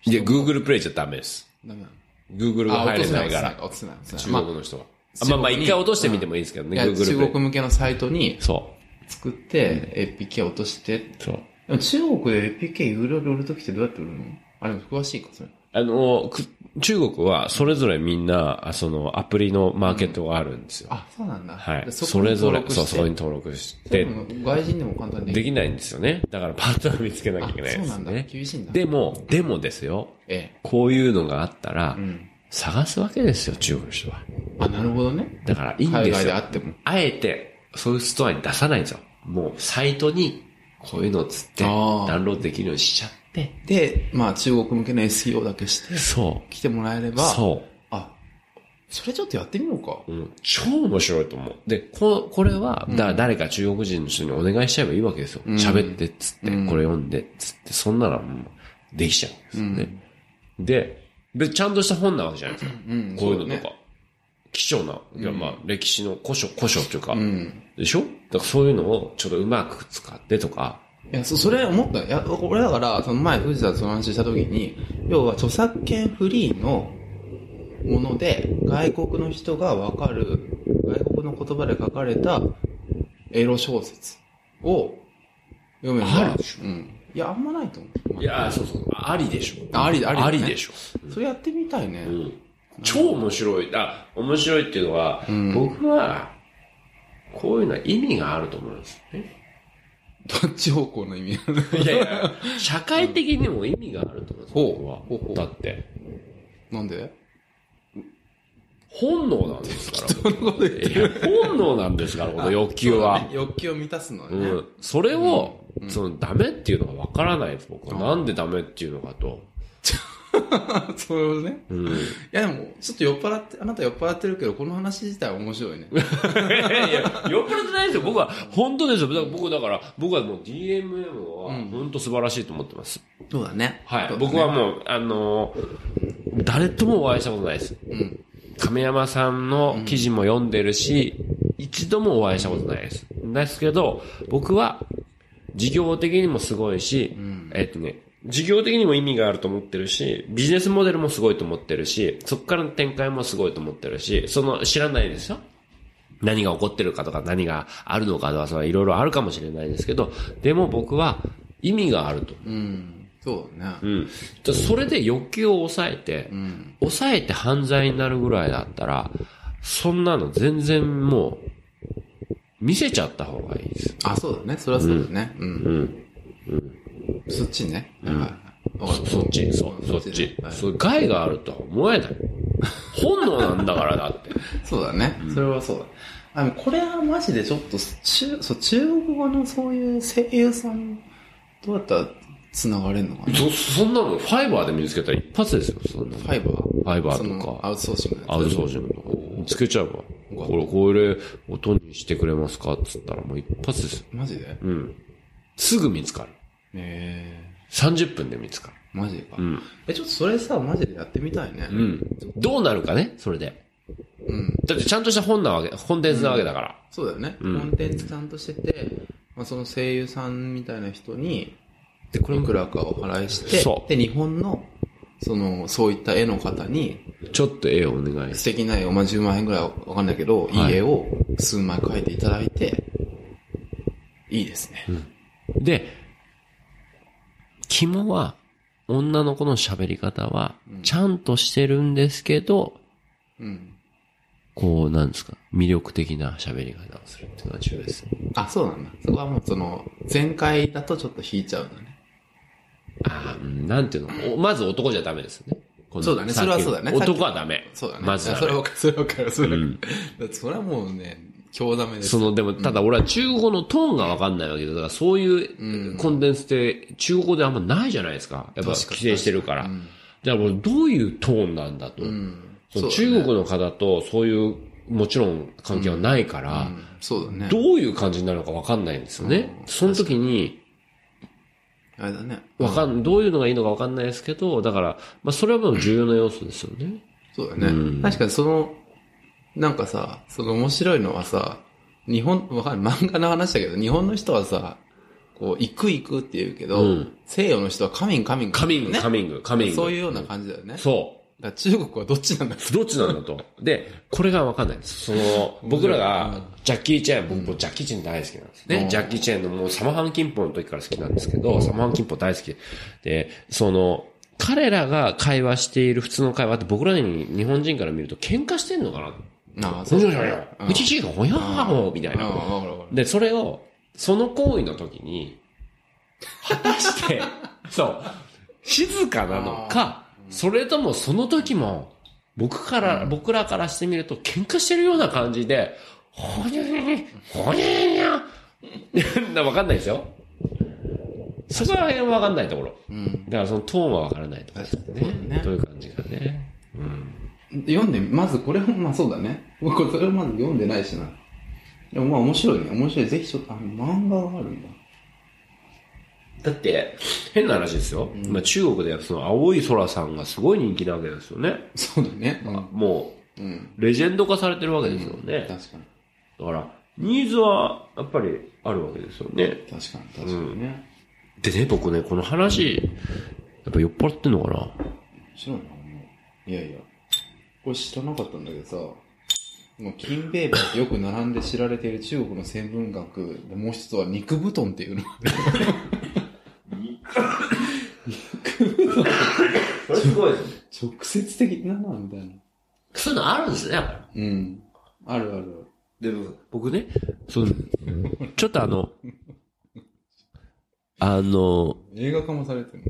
[SPEAKER 1] いや、Google プレイじゃダメです。
[SPEAKER 2] ダメなの
[SPEAKER 1] Google が
[SPEAKER 2] あ、落
[SPEAKER 1] 入
[SPEAKER 2] と
[SPEAKER 1] れ
[SPEAKER 2] せな、
[SPEAKER 1] ないい
[SPEAKER 2] 落と
[SPEAKER 1] か
[SPEAKER 2] せない
[SPEAKER 1] ら、、
[SPEAKER 2] 落とせない。落とせ
[SPEAKER 1] 中
[SPEAKER 2] ない
[SPEAKER 1] 国の人は。あまあまあ、
[SPEAKER 2] 中国に
[SPEAKER 1] 一回落としてみてもいいですけど
[SPEAKER 2] い
[SPEAKER 1] ね、
[SPEAKER 2] や
[SPEAKER 1] Google プ
[SPEAKER 2] 中
[SPEAKER 1] レ
[SPEAKER 2] 国向けのサイトに
[SPEAKER 1] イ。、そ
[SPEAKER 2] 作って、APK 落として、
[SPEAKER 1] う。そう。
[SPEAKER 2] でも中国で APK 有料で売るときってどうやって売るのあれ、でも詳しいか、それ。
[SPEAKER 1] あの、く中国はそれぞれみんな、あその、アプリのマーケットがあるんですよ。
[SPEAKER 2] あ、そうなんだ。
[SPEAKER 1] はい。
[SPEAKER 2] で
[SPEAKER 1] そ
[SPEAKER 2] こに
[SPEAKER 1] れぞれ、
[SPEAKER 2] 登録
[SPEAKER 1] そう、
[SPEAKER 2] して
[SPEAKER 1] そこに登録して、
[SPEAKER 2] うん外人でも簡単に
[SPEAKER 1] で
[SPEAKER 2] でき
[SPEAKER 1] きないんですよね。だからパートナー見つけなきゃいけない
[SPEAKER 2] あ
[SPEAKER 1] で
[SPEAKER 2] そうな
[SPEAKER 1] す
[SPEAKER 2] んだ。
[SPEAKER 1] ね。
[SPEAKER 2] 厳しいんだ。
[SPEAKER 1] でも、でもですよ。
[SPEAKER 2] え
[SPEAKER 1] こういうのがあったら
[SPEAKER 2] え。う、ん。
[SPEAKER 1] 探すわけですよ、中国の人は。
[SPEAKER 2] あ、なるほどね。
[SPEAKER 1] だからいいん
[SPEAKER 2] 海
[SPEAKER 1] で
[SPEAKER 2] 外
[SPEAKER 1] す
[SPEAKER 2] で
[SPEAKER 1] よ
[SPEAKER 2] あ。っても。
[SPEAKER 1] あえて、そういうストアに出さないんですよ。もう、サイトに、こういうのをつって、
[SPEAKER 2] あ
[SPEAKER 1] ダ
[SPEAKER 2] ー
[SPEAKER 1] ウンロードできるようにしちゃって。
[SPEAKER 2] で、まあ中国向けの SEO だけして、
[SPEAKER 1] そ
[SPEAKER 2] 来てもらえれ
[SPEAKER 1] う。
[SPEAKER 2] ば、
[SPEAKER 1] そ
[SPEAKER 2] あ、それちょっとやってみようか。
[SPEAKER 1] う。うん、超面白いと思う。で、ここれは、だから誰か中国人の人にお願いしちゃえばいいわけですよ。
[SPEAKER 2] ん
[SPEAKER 1] 喋、って、つって、
[SPEAKER 2] うん
[SPEAKER 1] これ読んで、つって、そんならもう、できちゃうんですよね。で、で、ちゃんとした本なわけじゃないですか。
[SPEAKER 2] うん。
[SPEAKER 1] こういう
[SPEAKER 2] そ
[SPEAKER 1] の
[SPEAKER 2] だね
[SPEAKER 1] とか。。貴重な、いやまあ、歴史の古書、古書っていうか、
[SPEAKER 2] うん。
[SPEAKER 1] でしょだからそういうのをちょっとうまく使ってとか、
[SPEAKER 2] いや、そ、それ思ったよいや、俺だから、その前、藤田とその話した時に、要は著作権フリーのもので、外国の人がわかる、外国の言葉で書かれたエロ小説を読めば。
[SPEAKER 1] あるでしょ
[SPEAKER 2] うん。いや、あんまないと思う。
[SPEAKER 1] いやー、そうそう。ありでしょ。
[SPEAKER 2] ありありだね
[SPEAKER 1] ありでしょ。
[SPEAKER 2] それやってみたいね。
[SPEAKER 1] うん。超面白い。あ、面白いっていうのは、
[SPEAKER 2] うん
[SPEAKER 1] 僕は、こういうのは意味があると思うんです よね。
[SPEAKER 2] どっち方向の意味なの
[SPEAKER 1] いやいや、社会的にも意味があると思うんですよ、
[SPEAKER 2] ほう
[SPEAKER 1] 僕は
[SPEAKER 2] ほうほう
[SPEAKER 1] だって、
[SPEAKER 2] なんで
[SPEAKER 1] 本能なんですから。いや本能なんですから、この欲求
[SPEAKER 2] そうだ
[SPEAKER 1] は
[SPEAKER 2] ね。欲求を満たすのは
[SPEAKER 1] う
[SPEAKER 2] ね。
[SPEAKER 1] ん。それを、その、ダメっていうのがわからないです、僕は。なんでダメっていうのかと。
[SPEAKER 2] そういうことね。
[SPEAKER 1] うん。 い
[SPEAKER 2] いや、でも、ちょっと酔っ払って、あなた酔っ払ってるけど、この話自体面白いね。
[SPEAKER 1] やいや、酔っ払ってないですよ。僕は、本当ですよ。だから僕、だから、僕はもう DMM は
[SPEAKER 2] うん、
[SPEAKER 1] 本当素晴らしいと思ってます。
[SPEAKER 2] そうだね。
[SPEAKER 1] はい。僕はもう、あのー誰ともお会いしたことないです。
[SPEAKER 2] うん。
[SPEAKER 1] 亀山さんの記事も読んでるし、一度もお会いしたことないです。ですけど、僕は、事業的にもすごいし、
[SPEAKER 2] ん
[SPEAKER 1] えっとね、事業的にも意味があると思ってるし、ビジネスモデルもすごいと思ってるし、そこからの展開もすごいと思ってるし、その、知らないですよ。何が起こってるかとか何があるのかとか、そのいろいろあるかもしれないですけど、でも僕は意味があると。
[SPEAKER 2] うん。そうだ
[SPEAKER 1] う
[SPEAKER 2] ね。
[SPEAKER 1] ん。じゃあそれで欲求を抑えて、
[SPEAKER 2] うん。
[SPEAKER 1] 抑えて犯罪になるぐらいだったら、そんなの全然もう、見せちゃった方がいいです。
[SPEAKER 2] あ、そうだね。それはそうだね。う。
[SPEAKER 1] うんん。
[SPEAKER 2] そっちね。はいはい。わか
[SPEAKER 1] そ
[SPEAKER 2] る
[SPEAKER 1] そっち、そう、そっち。
[SPEAKER 2] はい
[SPEAKER 1] そう、害があるとは思えない。本能なんだからだ って。
[SPEAKER 2] そうだね。それはそうだ。あの、これはマジでちょっと、中、そう、中国語のそういう声優さん、どうやったら繋がれんのかな
[SPEAKER 1] そ、そんなの、ファイバーで見つけたら一発ですよ、そんなの。
[SPEAKER 2] フ
[SPEAKER 1] フ
[SPEAKER 2] ァイバー
[SPEAKER 1] ァイバ
[SPEAKER 2] そ
[SPEAKER 1] ー
[SPEAKER 2] の
[SPEAKER 1] と
[SPEAKER 2] ア
[SPEAKER 1] か、
[SPEAKER 2] ウトソーシングの
[SPEAKER 1] ア
[SPEAKER 2] やつ
[SPEAKER 1] ウトソーシングとか、見つけちゃえば、これ、これ、音にしてくれますかっつったらもう一発ですよ。
[SPEAKER 2] マジで
[SPEAKER 1] うん。すぐ見つかる。
[SPEAKER 2] え
[SPEAKER 1] 30分で見つか
[SPEAKER 2] ー、マジか、
[SPEAKER 1] る。うん。
[SPEAKER 2] え、ちょっとそれさ、マジでやってみたいね。
[SPEAKER 1] うん。どうなるかね、それで。
[SPEAKER 2] うん。
[SPEAKER 1] だってちゃんとした本なわけ、コンテンツなわけだから。
[SPEAKER 2] そうだよね。
[SPEAKER 1] うん
[SPEAKER 2] コンテンツちゃんとしてて、まあ、その声優さんみたいな人に、
[SPEAKER 1] で、これ
[SPEAKER 2] い
[SPEAKER 1] も
[SPEAKER 2] くらかお払いして
[SPEAKER 1] そ、う
[SPEAKER 2] で、日本の、その、そういった絵の方に、
[SPEAKER 1] ちょっと絵をお願いし
[SPEAKER 2] 素敵な絵を、まあ、10万円ぐらいはわかんないけど、
[SPEAKER 1] はい
[SPEAKER 2] い、い絵を数枚描いていただいて、いいですね。
[SPEAKER 1] で、肝は、女の子の喋り方は、ちゃんとしてるんですけど、
[SPEAKER 2] うん。
[SPEAKER 1] こう、なんですか、魅力的な喋り方をするっていうのが重要です。
[SPEAKER 2] あ、そうなんだ。そこはもうその、前回だとちょっと引いちゃうんだね。
[SPEAKER 1] ああ、うんなんていうの、おまず男じゃダメですよね。この
[SPEAKER 2] そうだね
[SPEAKER 1] さっき
[SPEAKER 2] それはそうだね
[SPEAKER 1] 男はダメ。
[SPEAKER 2] そうだね。
[SPEAKER 1] まず
[SPEAKER 2] いや
[SPEAKER 1] ダ
[SPEAKER 2] そ
[SPEAKER 1] メ
[SPEAKER 2] れはわかる、それはわかる、それはわかる。だってそれはもうね、強ダメです。
[SPEAKER 1] その、でも、ただ俺は中国語のトーンがわかんないわけで、だからそういうコンテンツって中国語であんまないじゃないですか。やっぱ
[SPEAKER 2] 確かに
[SPEAKER 1] 規制してるから。
[SPEAKER 2] ん
[SPEAKER 1] じゃあ俺どういうトーンなんだと。
[SPEAKER 2] うん。
[SPEAKER 1] そ
[SPEAKER 2] だ
[SPEAKER 1] の
[SPEAKER 2] ね
[SPEAKER 1] 中国の方とそういう、もちろん関係はないから、
[SPEAKER 2] うんそうだね。
[SPEAKER 1] どういう感じになるのかわかんないんですよね。
[SPEAKER 2] うん
[SPEAKER 1] その時に、
[SPEAKER 2] あれだね。
[SPEAKER 1] わかん、どういうのがいいのかわかんないですけど、だから、まあそれはもう重要な要素ですよね。
[SPEAKER 2] そうだね。
[SPEAKER 1] うん
[SPEAKER 2] 確かにその、なんかさ、その面白いのはさ、日本、わかんない、漫画の話だけど、日本の人はさ、こう、行く行くって言うけど、
[SPEAKER 1] うん
[SPEAKER 2] 西洋の人はカミンカミン。
[SPEAKER 1] カミング、
[SPEAKER 2] ね
[SPEAKER 1] カミング、カミング。
[SPEAKER 2] そういうような感じだよね。だか
[SPEAKER 1] そう。
[SPEAKER 2] ら中国はどっちなんだろ
[SPEAKER 1] どっちなんだと。で、これがわかんないんです。その、僕らが、ジャッキー・チェーン、僕もジャッキー・チェーン大好きなんですね。ジャッキー・チェーンのもうサマハン・キンポの時から好きなんですけど、サマハン・キンポ大好き。で、その、彼らが会話している普通の会話って僕らに日本人から見ると喧嘩してんのかな
[SPEAKER 2] うなあ、
[SPEAKER 1] ほにょにょ
[SPEAKER 2] だ
[SPEAKER 1] に
[SPEAKER 2] ね
[SPEAKER 1] ょ、うちちがほにゃーほーみたい
[SPEAKER 2] うん、わ
[SPEAKER 1] な。
[SPEAKER 2] かるわかる。
[SPEAKER 1] で、それを、その行為の時に、果た して、そう、静かなのか、それともその時も、僕から、僕らからしてみると、喧嘩してるような感じで、ほにゃにゃにゃ、ほにゃにゃにゃ、わ かんないですよ。そこら辺はわかんないところ。
[SPEAKER 2] うん。
[SPEAKER 1] だからそのトーンはわからないところです
[SPEAKER 2] 確かにね
[SPEAKER 1] ね。どういう感じかね。
[SPEAKER 2] 読んで、まずこれも、まあそうだね。僕、それをまず読んでないしな。でもまあ面白いね。面白い。ぜひちょっと、あの、漫画があるんだ。
[SPEAKER 1] だって、変な話ですよ。まあ中国ではその青い空さんがすごい人気なわけですよね。
[SPEAKER 2] そうだね。
[SPEAKER 1] も
[SPEAKER 2] うん。うん。
[SPEAKER 1] う、レジェンド化されてるわけですよね。だ
[SPEAKER 2] 確かに。
[SPEAKER 1] から、ニーズは、やっぱり、あるわけですよね。
[SPEAKER 2] 確かに、確かにね。
[SPEAKER 1] でね、僕ね、この話、やっぱ酔っ払ってんのかな
[SPEAKER 2] 面白いな、もう。いやいや。これ知らなかったんだけどさ、もう、金ベイバーとよく並んで知られている中国の専文学、でもう一つは肉布団っていうの。
[SPEAKER 1] それすごいですね。
[SPEAKER 2] 直接的だな、みたいな。
[SPEAKER 1] そういうのあるんですね、やっぱ
[SPEAKER 2] うん。あるある。
[SPEAKER 1] り。でも、僕ね、その、ちょっとあの、あの、
[SPEAKER 2] 映画化もされてる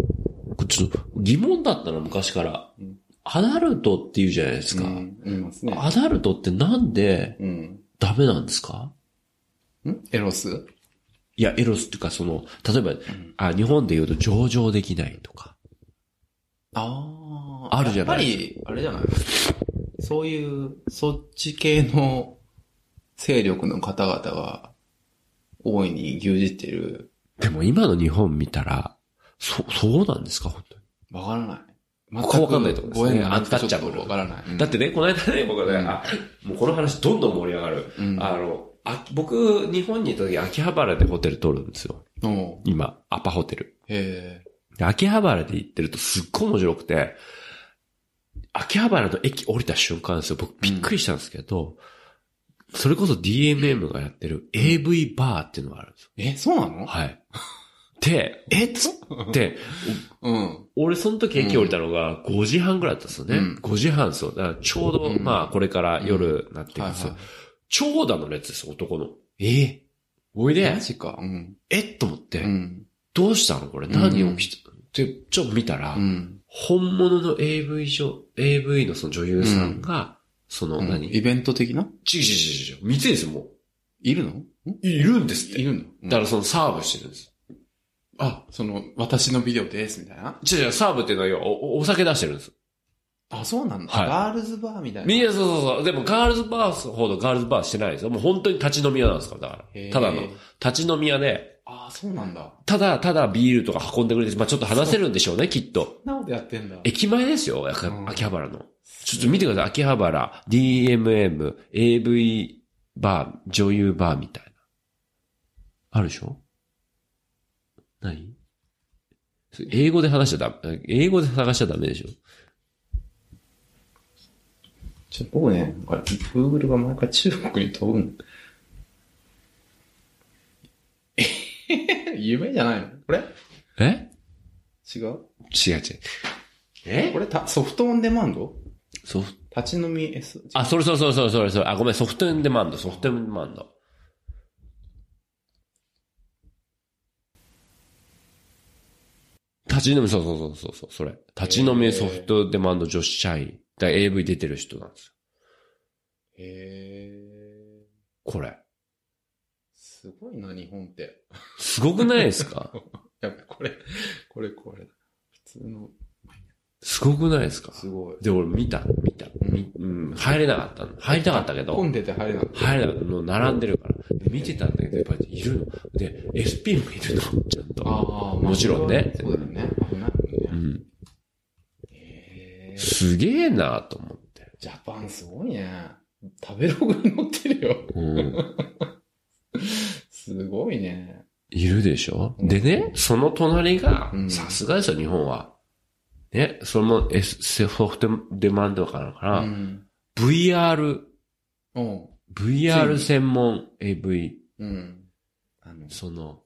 [SPEAKER 1] ちょっと疑問だったの、昔から
[SPEAKER 2] うん。
[SPEAKER 1] アダルトって言うじゃないですか。
[SPEAKER 2] の。うん。いますね。
[SPEAKER 1] アダルトってなんで
[SPEAKER 2] うん。
[SPEAKER 1] ダメなんですか
[SPEAKER 2] んエロス
[SPEAKER 1] いや、エロスっていうか、その、例えば、あ、日本で言うと上場できないとか。
[SPEAKER 2] あ
[SPEAKER 1] ーあるじゃない
[SPEAKER 2] やっぱり、あれじゃないそういう、そっち系の勢力の方々が、大いに牛耳っている。
[SPEAKER 1] でも今の日本見たら、そ、そうなんですか本当に。
[SPEAKER 2] わからない。
[SPEAKER 1] ここわかんないとこですね
[SPEAKER 2] ご縁がなくて
[SPEAKER 1] アンタッチャブル
[SPEAKER 2] ちょっとわからない。
[SPEAKER 1] だってね、この間ね、僕ね、
[SPEAKER 2] うん
[SPEAKER 1] あ、もうこの話どんどん盛り上がる。
[SPEAKER 2] うん
[SPEAKER 1] あの、あ僕、日本にいた時、秋葉原でホテル取るんですよ。
[SPEAKER 2] うん。おう
[SPEAKER 1] 今、アパホテル。
[SPEAKER 2] へえ。
[SPEAKER 1] で秋葉原で行ってるとすっごい面白くて、秋葉原の駅降りた瞬間ですよ。僕びっくりしたんですけど、それこそ DMM がやってる AV バーっていうのがあるんですよ。
[SPEAKER 2] え、そうな の
[SPEAKER 1] はい。で、えっつって、
[SPEAKER 2] うん。
[SPEAKER 1] 俺その時駅降りたのが5時半ぐらいだったんですよね。
[SPEAKER 2] うん
[SPEAKER 1] 5時半ですよ。だからちょうど、
[SPEAKER 2] うん
[SPEAKER 1] まあこれから夜なってくる
[SPEAKER 2] はい
[SPEAKER 1] んですよ。
[SPEAKER 2] は
[SPEAKER 1] 長蛇の列です、男の。
[SPEAKER 2] い。え
[SPEAKER 1] おいで
[SPEAKER 2] マ、ジか。うん。
[SPEAKER 1] えっと思って、
[SPEAKER 2] うん。
[SPEAKER 1] どうしたのこれ何起きて、ってちょっと見たら、
[SPEAKER 2] うん。
[SPEAKER 1] 本物の AV 女、AV のその女優さんが、その何、
[SPEAKER 2] イベント的な
[SPEAKER 1] ちちちちち、見てるんですよ、も
[SPEAKER 2] いるのん
[SPEAKER 1] う。いるんですっ
[SPEAKER 2] い
[SPEAKER 1] て。
[SPEAKER 2] るのうん
[SPEAKER 1] だからそのサーブしてるんです。
[SPEAKER 2] あ、その、私のビデオです、みたいな。
[SPEAKER 1] ちちち、サーブっていうのは要はお、おお酒出してるんです。
[SPEAKER 2] あ、そうなんだ。
[SPEAKER 1] はい
[SPEAKER 2] ガールズバーみたいな。
[SPEAKER 1] みんなそうそうそう。でもガールズバーほどガールズバーしてないですよ。もう本当に立ち飲み屋なんですから、だか
[SPEAKER 2] へー
[SPEAKER 1] ら。ただの。立ち飲み屋で、
[SPEAKER 2] ああ、そうなんだ。
[SPEAKER 1] ただ、ただビールとか運んでくれて、まあちょっと話せるんでしょうね、きっと。
[SPEAKER 2] そんなことやってんだ。
[SPEAKER 1] 駅前ですよ、秋
[SPEAKER 2] うん
[SPEAKER 1] 秋葉原の。ちょっと見てください、秋葉原、DMM、AV バー、女優バーみたいな。あるでしょ何それ英語で話しちゃダメ、英語で探しちゃダメでしょ
[SPEAKER 2] ちょ、僕ね、なんか Google が毎回中国に 飛ぶんだ。えへへ夢じゃないのこれ
[SPEAKER 1] え
[SPEAKER 2] 違う
[SPEAKER 1] 違う違う。え
[SPEAKER 2] これたソフトオンデマンド
[SPEAKER 1] ソフト、
[SPEAKER 2] 立ち飲み S。
[SPEAKER 1] あ、それそれそれそれそれそれ。あ、ごめん、ソフトエンデマンド、ソフトエンデマンド。立ち飲み、そうそうそうそうそう、それ。立ち飲みソフトデマンド女子社員。だから AV 出てる人なんですよ。
[SPEAKER 2] へ
[SPEAKER 1] これ。
[SPEAKER 2] すごいな、日本って。
[SPEAKER 1] すごくないですか
[SPEAKER 2] やっぱこれ、これこれ。普通の、
[SPEAKER 1] すごくないですか
[SPEAKER 2] すごい。
[SPEAKER 1] で、俺見た、見た。みうん、入れなかったの。入りたかったけど。
[SPEAKER 2] 混んでて入れなかっ
[SPEAKER 1] 入れなかったの。並んでるから。で見てたんだけど、やっぱりいるの。で、SP もいるの。ちょっ
[SPEAKER 2] た。
[SPEAKER 1] と。
[SPEAKER 2] ああ、
[SPEAKER 1] もちろんね
[SPEAKER 2] そうだよね。危ないも
[SPEAKER 1] うん
[SPEAKER 2] ね。
[SPEAKER 1] ん。
[SPEAKER 2] へえ
[SPEAKER 1] すげえなと思って。
[SPEAKER 2] ジャパンすごいね。食べログに載ってるよ。
[SPEAKER 1] うん。
[SPEAKER 2] すごいね。
[SPEAKER 1] いるでしょ
[SPEAKER 2] うん
[SPEAKER 1] でね、その隣が
[SPEAKER 2] う、ん
[SPEAKER 1] さすがですよ、日本は。ね、それも S、ソフトデマンドかなか
[SPEAKER 2] う
[SPEAKER 1] ら、
[SPEAKER 2] ん。
[SPEAKER 1] VR、
[SPEAKER 2] うん。つい
[SPEAKER 1] VR
[SPEAKER 2] に
[SPEAKER 1] 専門 AV、
[SPEAKER 2] うん。あの、
[SPEAKER 1] その、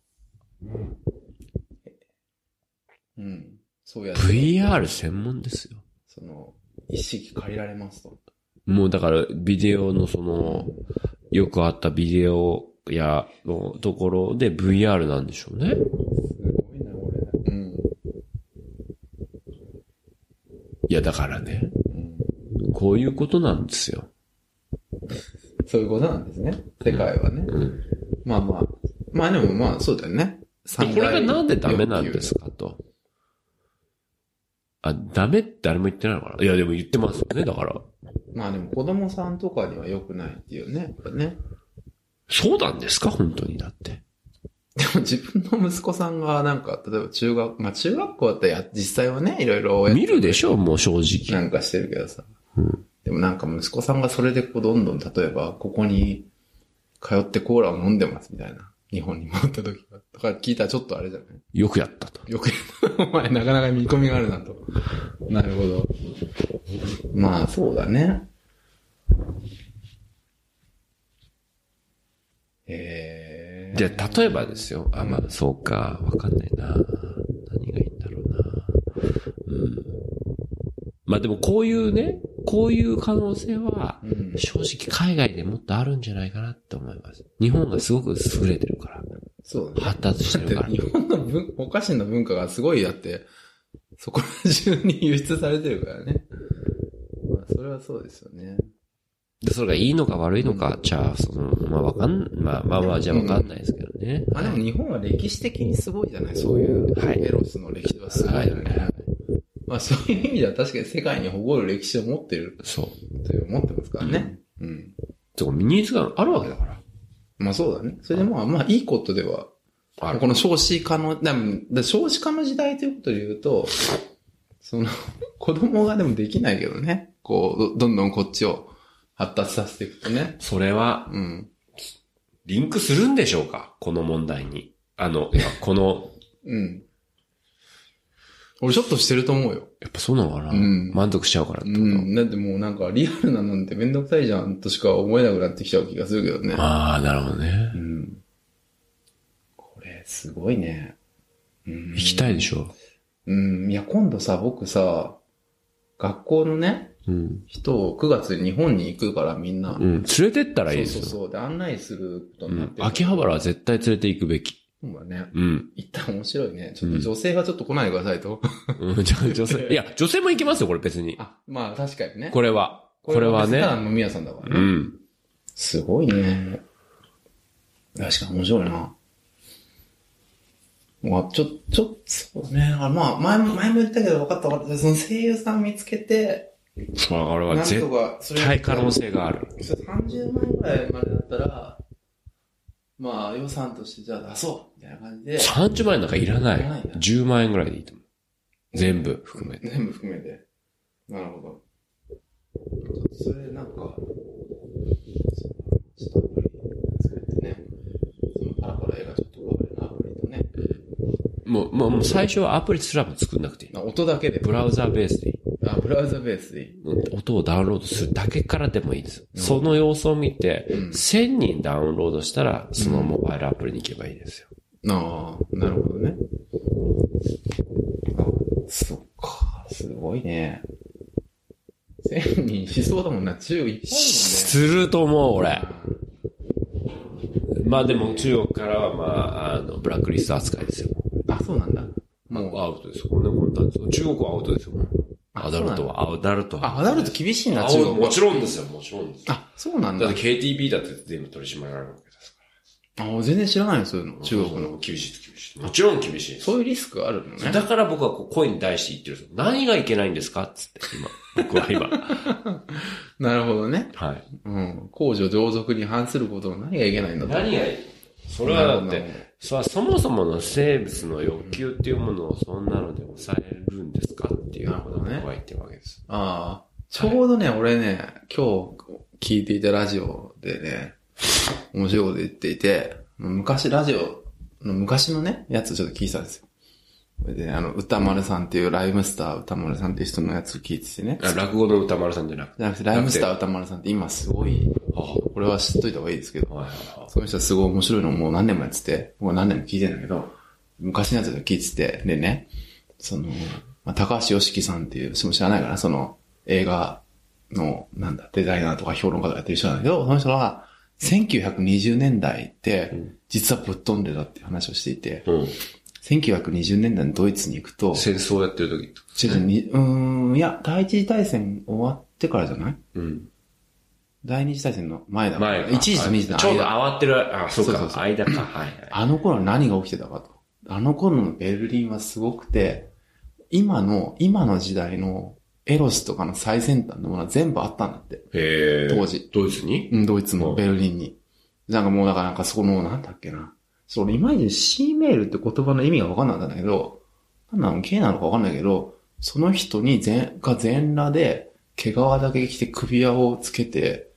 [SPEAKER 2] うん。そうやって
[SPEAKER 1] VR 専門ですよ。
[SPEAKER 2] その、一式借りられますと。
[SPEAKER 1] もうだから、ビデオのその、よくあったビデオやのところで VR なんでしょうね。
[SPEAKER 2] すごいな、これ。うん。
[SPEAKER 1] いや、だからね、
[SPEAKER 2] うん、
[SPEAKER 1] こういうことなんですよ。
[SPEAKER 2] そういうことなんですね。世界はね。
[SPEAKER 1] うん。
[SPEAKER 2] まあまあ。まあでもまあ、そうだよね。
[SPEAKER 1] で
[SPEAKER 2] 三
[SPEAKER 1] こ
[SPEAKER 2] 大
[SPEAKER 1] れがなんでダメなんですかと。あ、ダメって誰も言ってないのかないや、でも言ってますよね、だから。
[SPEAKER 2] まあでも子供さんとかには良くないっていうね。やっぱね。
[SPEAKER 1] そうなんですか本当にだって。
[SPEAKER 2] でも自分の息子さんがなんか、例えば中学、まあ中学校だったらや実際はね、いろいろ
[SPEAKER 1] 見るで
[SPEAKER 2] し
[SPEAKER 1] しょもう正
[SPEAKER 2] な
[SPEAKER 1] 直。
[SPEAKER 2] んかしてるけどさ。でもなんか息子さんがそれでこうどんどん例えば、ここに通ってコーラを飲んでますみたいな。日本に戻った時は。とか聞いたらちょっとあれじゃない
[SPEAKER 1] よくやったと。
[SPEAKER 2] よくやった。お前なかなか見込みがあるなと。なるほど。まあそうだね。えー。
[SPEAKER 1] じゃあ、例えばですよ。あ、まあ、そうか。わかんないな。何がいいんだろうな。うん。まあでも、こういうね、こういう可能性は
[SPEAKER 2] う、ん。
[SPEAKER 1] 正直海外でもっとあるんじゃないかなって思います。日本がすごく優れてるから。
[SPEAKER 2] そうだね。
[SPEAKER 1] 発達してる
[SPEAKER 2] だ
[SPEAKER 1] か
[SPEAKER 2] っ
[SPEAKER 1] ら
[SPEAKER 2] て。 日本の文、お菓子の文化がすごい、だって、そこら中に輸出されてるからね。まあ、それはそうですよね。
[SPEAKER 1] で、それがいいのか悪いのか、じゃあ、その、まあわかん、まあまあまあ、じゃあわかんないですけどね。
[SPEAKER 2] まあでも日本は歴史的にすごいじゃないそういう、
[SPEAKER 1] はい
[SPEAKER 2] エロスの歴史はすごいよね。まあそういう意味では確かに世界に誇る歴史を持ってる
[SPEAKER 1] そう。
[SPEAKER 2] と思ってますからね。うん。
[SPEAKER 1] そこ、ニーズがあるわけだから。
[SPEAKER 2] まあそうだね。それでまあまあいいことでは、
[SPEAKER 1] ある
[SPEAKER 2] この少子化の、でもで少子化の時代ということで言うと、その、 子供がでもできないけどね。こう、どどんどんこっちを発達させていくとね。
[SPEAKER 1] それは、
[SPEAKER 2] うん。
[SPEAKER 1] リンクするんでしょうかこの問題に。あの、いやこの、
[SPEAKER 2] うん。俺ちょっとしてると思うよ。
[SPEAKER 1] やっぱそうなのかな、
[SPEAKER 2] うん
[SPEAKER 1] 満足しちゃうからってこと、
[SPEAKER 2] うん。だってもうなんかリアルなのなんてめんどくさいじゃんとしか思えなくなってきちゃう気がするけどね。
[SPEAKER 1] ああ、なるほどね
[SPEAKER 2] う。ん。これすごいね。うん
[SPEAKER 1] 行きたいでしょ
[SPEAKER 2] うん。いや、今度さ、僕さ、学校のね、
[SPEAKER 1] うん。
[SPEAKER 2] 人を9月に日本に行くからみんな。
[SPEAKER 1] うん。連れてったらいい
[SPEAKER 2] そう
[SPEAKER 1] です
[SPEAKER 2] そう
[SPEAKER 1] よ。
[SPEAKER 2] そう。で、案内すること
[SPEAKER 1] う
[SPEAKER 2] にな
[SPEAKER 1] ん
[SPEAKER 2] って。る。
[SPEAKER 1] 秋葉原は絶対連れて行くべき。
[SPEAKER 2] そうだね。
[SPEAKER 1] うん。
[SPEAKER 2] 行ったら面白いね。ちょっと女性がちょっと来ないでくださいと。
[SPEAKER 1] うんじゃあ女性、いや、女性も行きますよ、これ別に。
[SPEAKER 2] あ、まあ確かにね。
[SPEAKER 1] これは。これは
[SPEAKER 2] 別
[SPEAKER 1] ね。
[SPEAKER 2] な飲み屋さんだから
[SPEAKER 1] う
[SPEAKER 2] ね。
[SPEAKER 1] ん。
[SPEAKER 2] すごいね。確かに面白いな。まあ、ちょ、ちょ、そうね。あまあ、前も、前も言ったけど分かった分かった。その声優さん見つけて、
[SPEAKER 1] そう、これ
[SPEAKER 2] な
[SPEAKER 1] は
[SPEAKER 2] ん
[SPEAKER 1] 絶
[SPEAKER 2] とか、そ
[SPEAKER 1] 対可能性がある。
[SPEAKER 2] そう30万円ぐらいまでだったら、まあ、予算としてじゃあ出そうみたいな感じで、
[SPEAKER 1] 30万円なんかいらない
[SPEAKER 2] いらない。な
[SPEAKER 1] 10万円ぐらいでいいと思う。全部含めて。
[SPEAKER 2] 全部含めて。なるほど。ちょっとそれなんか、そうちょっとアプリ作ってね、そのパラパラ映画ちょっと変わるなアプリとね。
[SPEAKER 1] もう、もう、もう最初はアプリすらも作んなくていい。
[SPEAKER 2] まあ音だけで。
[SPEAKER 1] ブラウザーベースでいい。
[SPEAKER 2] あ、ブラウザベースでいい。
[SPEAKER 1] 音をダウンロードするだけからでもいいですよ。その様子を見て、
[SPEAKER 2] うん
[SPEAKER 1] 1000人ダウンロードしたら、そのモバイルアプリに行けばいいですよ。
[SPEAKER 2] ああ、なるほどね。あ、そっか。すごいね。1000人しそうだもんな。中いっぱい
[SPEAKER 1] すると思う、俺。まあでも、中国からは、まあ、あの、ブラックリスト扱いですよ。
[SPEAKER 2] あるもんね。あ、そうなんだ。もう、
[SPEAKER 1] アウトですよ。こんなもんなんですよ。中国はアウトですよ。アダルトは、アダルトは。
[SPEAKER 2] あ、アダルト厳しいな、
[SPEAKER 1] あ
[SPEAKER 2] 中国は
[SPEAKER 1] もちろんですよ、もちろんですよ。
[SPEAKER 2] あ、そうなん
[SPEAKER 1] だ
[SPEAKER 2] だ
[SPEAKER 1] って。KTB だって全部取り締まられるわけですか
[SPEAKER 2] あ、全然知らないよ、そういうの。
[SPEAKER 1] ら。
[SPEAKER 2] 中国の。
[SPEAKER 1] 厳しい厳しい。もちろん厳しいです。
[SPEAKER 2] そういうリスクがあるのね。
[SPEAKER 1] だから僕はこう声に対して言ってるんですよ。何がいけないんですかっつって、今。僕は今。
[SPEAKER 2] なるほどね。
[SPEAKER 1] はい。
[SPEAKER 2] うん。公序上俗に反することの何がいけないんだと。
[SPEAKER 1] 何がいいそれはだっ
[SPEAKER 2] なるほ
[SPEAKER 1] て、それはそもそもの生物の欲求っていうものをそんなので抑えるんですかっていうことを僕は言ってるわけです。
[SPEAKER 2] ああ。ちょうどね、俺ね、今日聞いていたラジオでね、面白いこと言っていて、昔ラジオの昔のね、やつちょっと聞いてたんですよ。それで、あの、歌丸さんっていうライムスター歌丸さんっていう人のやつを聞いててね。
[SPEAKER 1] あ落語の歌丸さんじゃなくて。
[SPEAKER 2] じゃなくて、ライムスター歌丸さんって今すごい、これは知っといた方がいいですけど、
[SPEAKER 1] はいはいはい
[SPEAKER 2] その人はすごい面白いのをもう何年もやってて、僕は何年も聞いてんだけど、昔のやつで聞いてて、でね、その、まあ、高橋良樹さんっていう、その知らないかな、その映画の、なんだ、デザイナーとか評論家とかやってる人なんだけど、その人は、1920年代って、実はぶっ飛んでたっていう話をしていて、
[SPEAKER 1] うん。
[SPEAKER 2] 1920年代のドイツに行くと、
[SPEAKER 1] 戦争やってる時ってこ
[SPEAKER 2] ちょっとに、うーん、いや、第一次大戦終わってからじゃない
[SPEAKER 1] と。うん。
[SPEAKER 2] 第二次大戦の前だから。
[SPEAKER 1] 前か。
[SPEAKER 2] 一時と二次の間。
[SPEAKER 1] ちょうど慌てる、あ、そう
[SPEAKER 2] そうそうそ
[SPEAKER 1] か、
[SPEAKER 2] う
[SPEAKER 1] 間か。はいはい。
[SPEAKER 2] あの頃何が起きてたかと。あの頃のベルリンはすごくて、今の、今の時代のエロスとかの最先端のものは全部あったんだって。
[SPEAKER 1] へー
[SPEAKER 2] 当時。
[SPEAKER 1] ドイツに
[SPEAKER 2] うん、ドイツ
[SPEAKER 1] う
[SPEAKER 2] も
[SPEAKER 1] ん
[SPEAKER 2] ベルリンに。なんかもうだからなんかそこの、なんだっけな。そう、俺いまいち C メールって言葉の意味がわかんなかったんだけど、なんなの K なのかわかんないけど、その人に全、が全裸で、毛皮だけ着て首輪をつけて、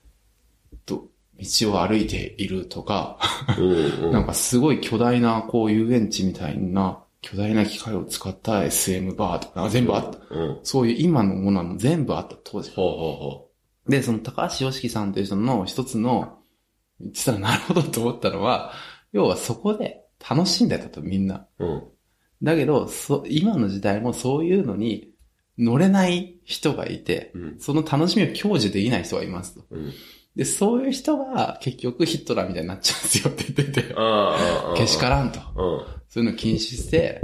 [SPEAKER 2] と、道を歩いているとか、
[SPEAKER 1] うんう。
[SPEAKER 2] なんんかすごい巨大な、こう、遊園地みたいな、巨大な機械を使った SM バーとか、なんか全部あった。
[SPEAKER 1] うん。ほう
[SPEAKER 2] そういう今のものはもう全部あった、当時。
[SPEAKER 1] ほうほ
[SPEAKER 2] で、その高橋良樹さんという人の一つの、言ってたらなるほどと思ったのは、要はそこで楽しんでたと、みんな。
[SPEAKER 1] う。うん。
[SPEAKER 2] だけど、そ、今の時代もそういうのに乗れない人がいて、
[SPEAKER 1] うん
[SPEAKER 2] その楽しみを享受できない人がいますと。
[SPEAKER 1] うん。
[SPEAKER 2] で、そういう人が結局ヒットラーみたいになっちゃうんですよって言ってて、
[SPEAKER 1] あーあー。。
[SPEAKER 2] けしかららんと。
[SPEAKER 1] うん。
[SPEAKER 2] そういうの禁止して、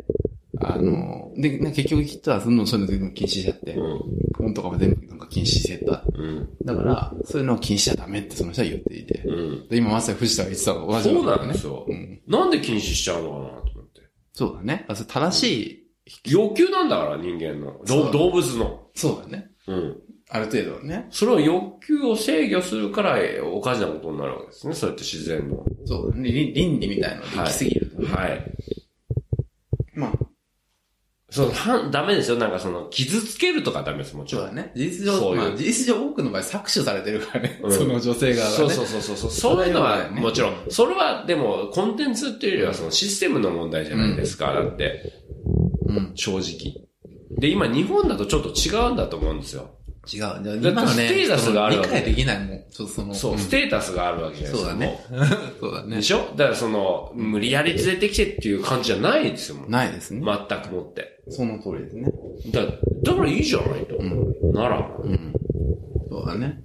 [SPEAKER 2] あの、で、な結局ヒットラーそのそういうの全部禁止しちゃって、
[SPEAKER 1] う
[SPEAKER 2] 本とかも全部なんか禁止してた。
[SPEAKER 1] ん。うん。
[SPEAKER 2] だから、そういうのを禁止しちゃダメってその人は言っていて。
[SPEAKER 1] うん。
[SPEAKER 2] で今まさに藤田が言ってたのが同じ
[SPEAKER 1] そ
[SPEAKER 2] よ
[SPEAKER 1] う
[SPEAKER 2] な
[SPEAKER 1] なんん
[SPEAKER 2] だ
[SPEAKER 1] ですよ
[SPEAKER 2] う。ん。
[SPEAKER 1] なんで禁止しちゃうのかなと思って。
[SPEAKER 2] そうだね。あそれ正しい、
[SPEAKER 1] 欲求なんだから、人間の。
[SPEAKER 2] そう
[SPEAKER 1] ど動物の。
[SPEAKER 2] そうだね。
[SPEAKER 1] うん。
[SPEAKER 2] ある程度はね。
[SPEAKER 1] それを欲求を制御するから、えおかしなことになるわけですね。そうやって自然の。
[SPEAKER 2] そうだね。倫倫理みたいなので行き過ぎるとね。
[SPEAKER 1] はい。
[SPEAKER 2] まあ、
[SPEAKER 1] その、はん、ダメですよ。なんかその、傷つけるとかダメです、もち
[SPEAKER 2] そう
[SPEAKER 1] ろ
[SPEAKER 2] だ
[SPEAKER 1] ん。
[SPEAKER 2] ね。事実上、
[SPEAKER 1] そういう
[SPEAKER 2] まあ、事実上多くの場合搾取されてるからね。
[SPEAKER 1] うん
[SPEAKER 2] その女性側がね。
[SPEAKER 1] そうそうそうそうそう。そういうの
[SPEAKER 2] そういう
[SPEAKER 1] は、
[SPEAKER 2] のね
[SPEAKER 1] もちろん。それは、でも、コンテンツっていうよりは、そのシステムの問題じゃないですか。だって、
[SPEAKER 2] うん。
[SPEAKER 1] 正直。で、今、日本だとちょっと違うんだと思うんですよ。
[SPEAKER 2] 違う。じゃあ今のね、
[SPEAKER 1] ステータスがある
[SPEAKER 2] 理
[SPEAKER 1] わけ
[SPEAKER 2] 解できないもん。ちょっとその。
[SPEAKER 1] そう、
[SPEAKER 2] ん
[SPEAKER 1] ステータスがあるわけじゃないです
[SPEAKER 2] そう
[SPEAKER 1] か。
[SPEAKER 2] だ
[SPEAKER 1] も
[SPEAKER 2] ね。そうだね
[SPEAKER 1] で。しょだからその、無理やり連れてきてっていう感じじゃないですよ、もう
[SPEAKER 2] ないですね。
[SPEAKER 1] 全くもって。
[SPEAKER 2] その通りですね。
[SPEAKER 1] だだからいいじゃないと。なら、
[SPEAKER 2] うん。そうだね。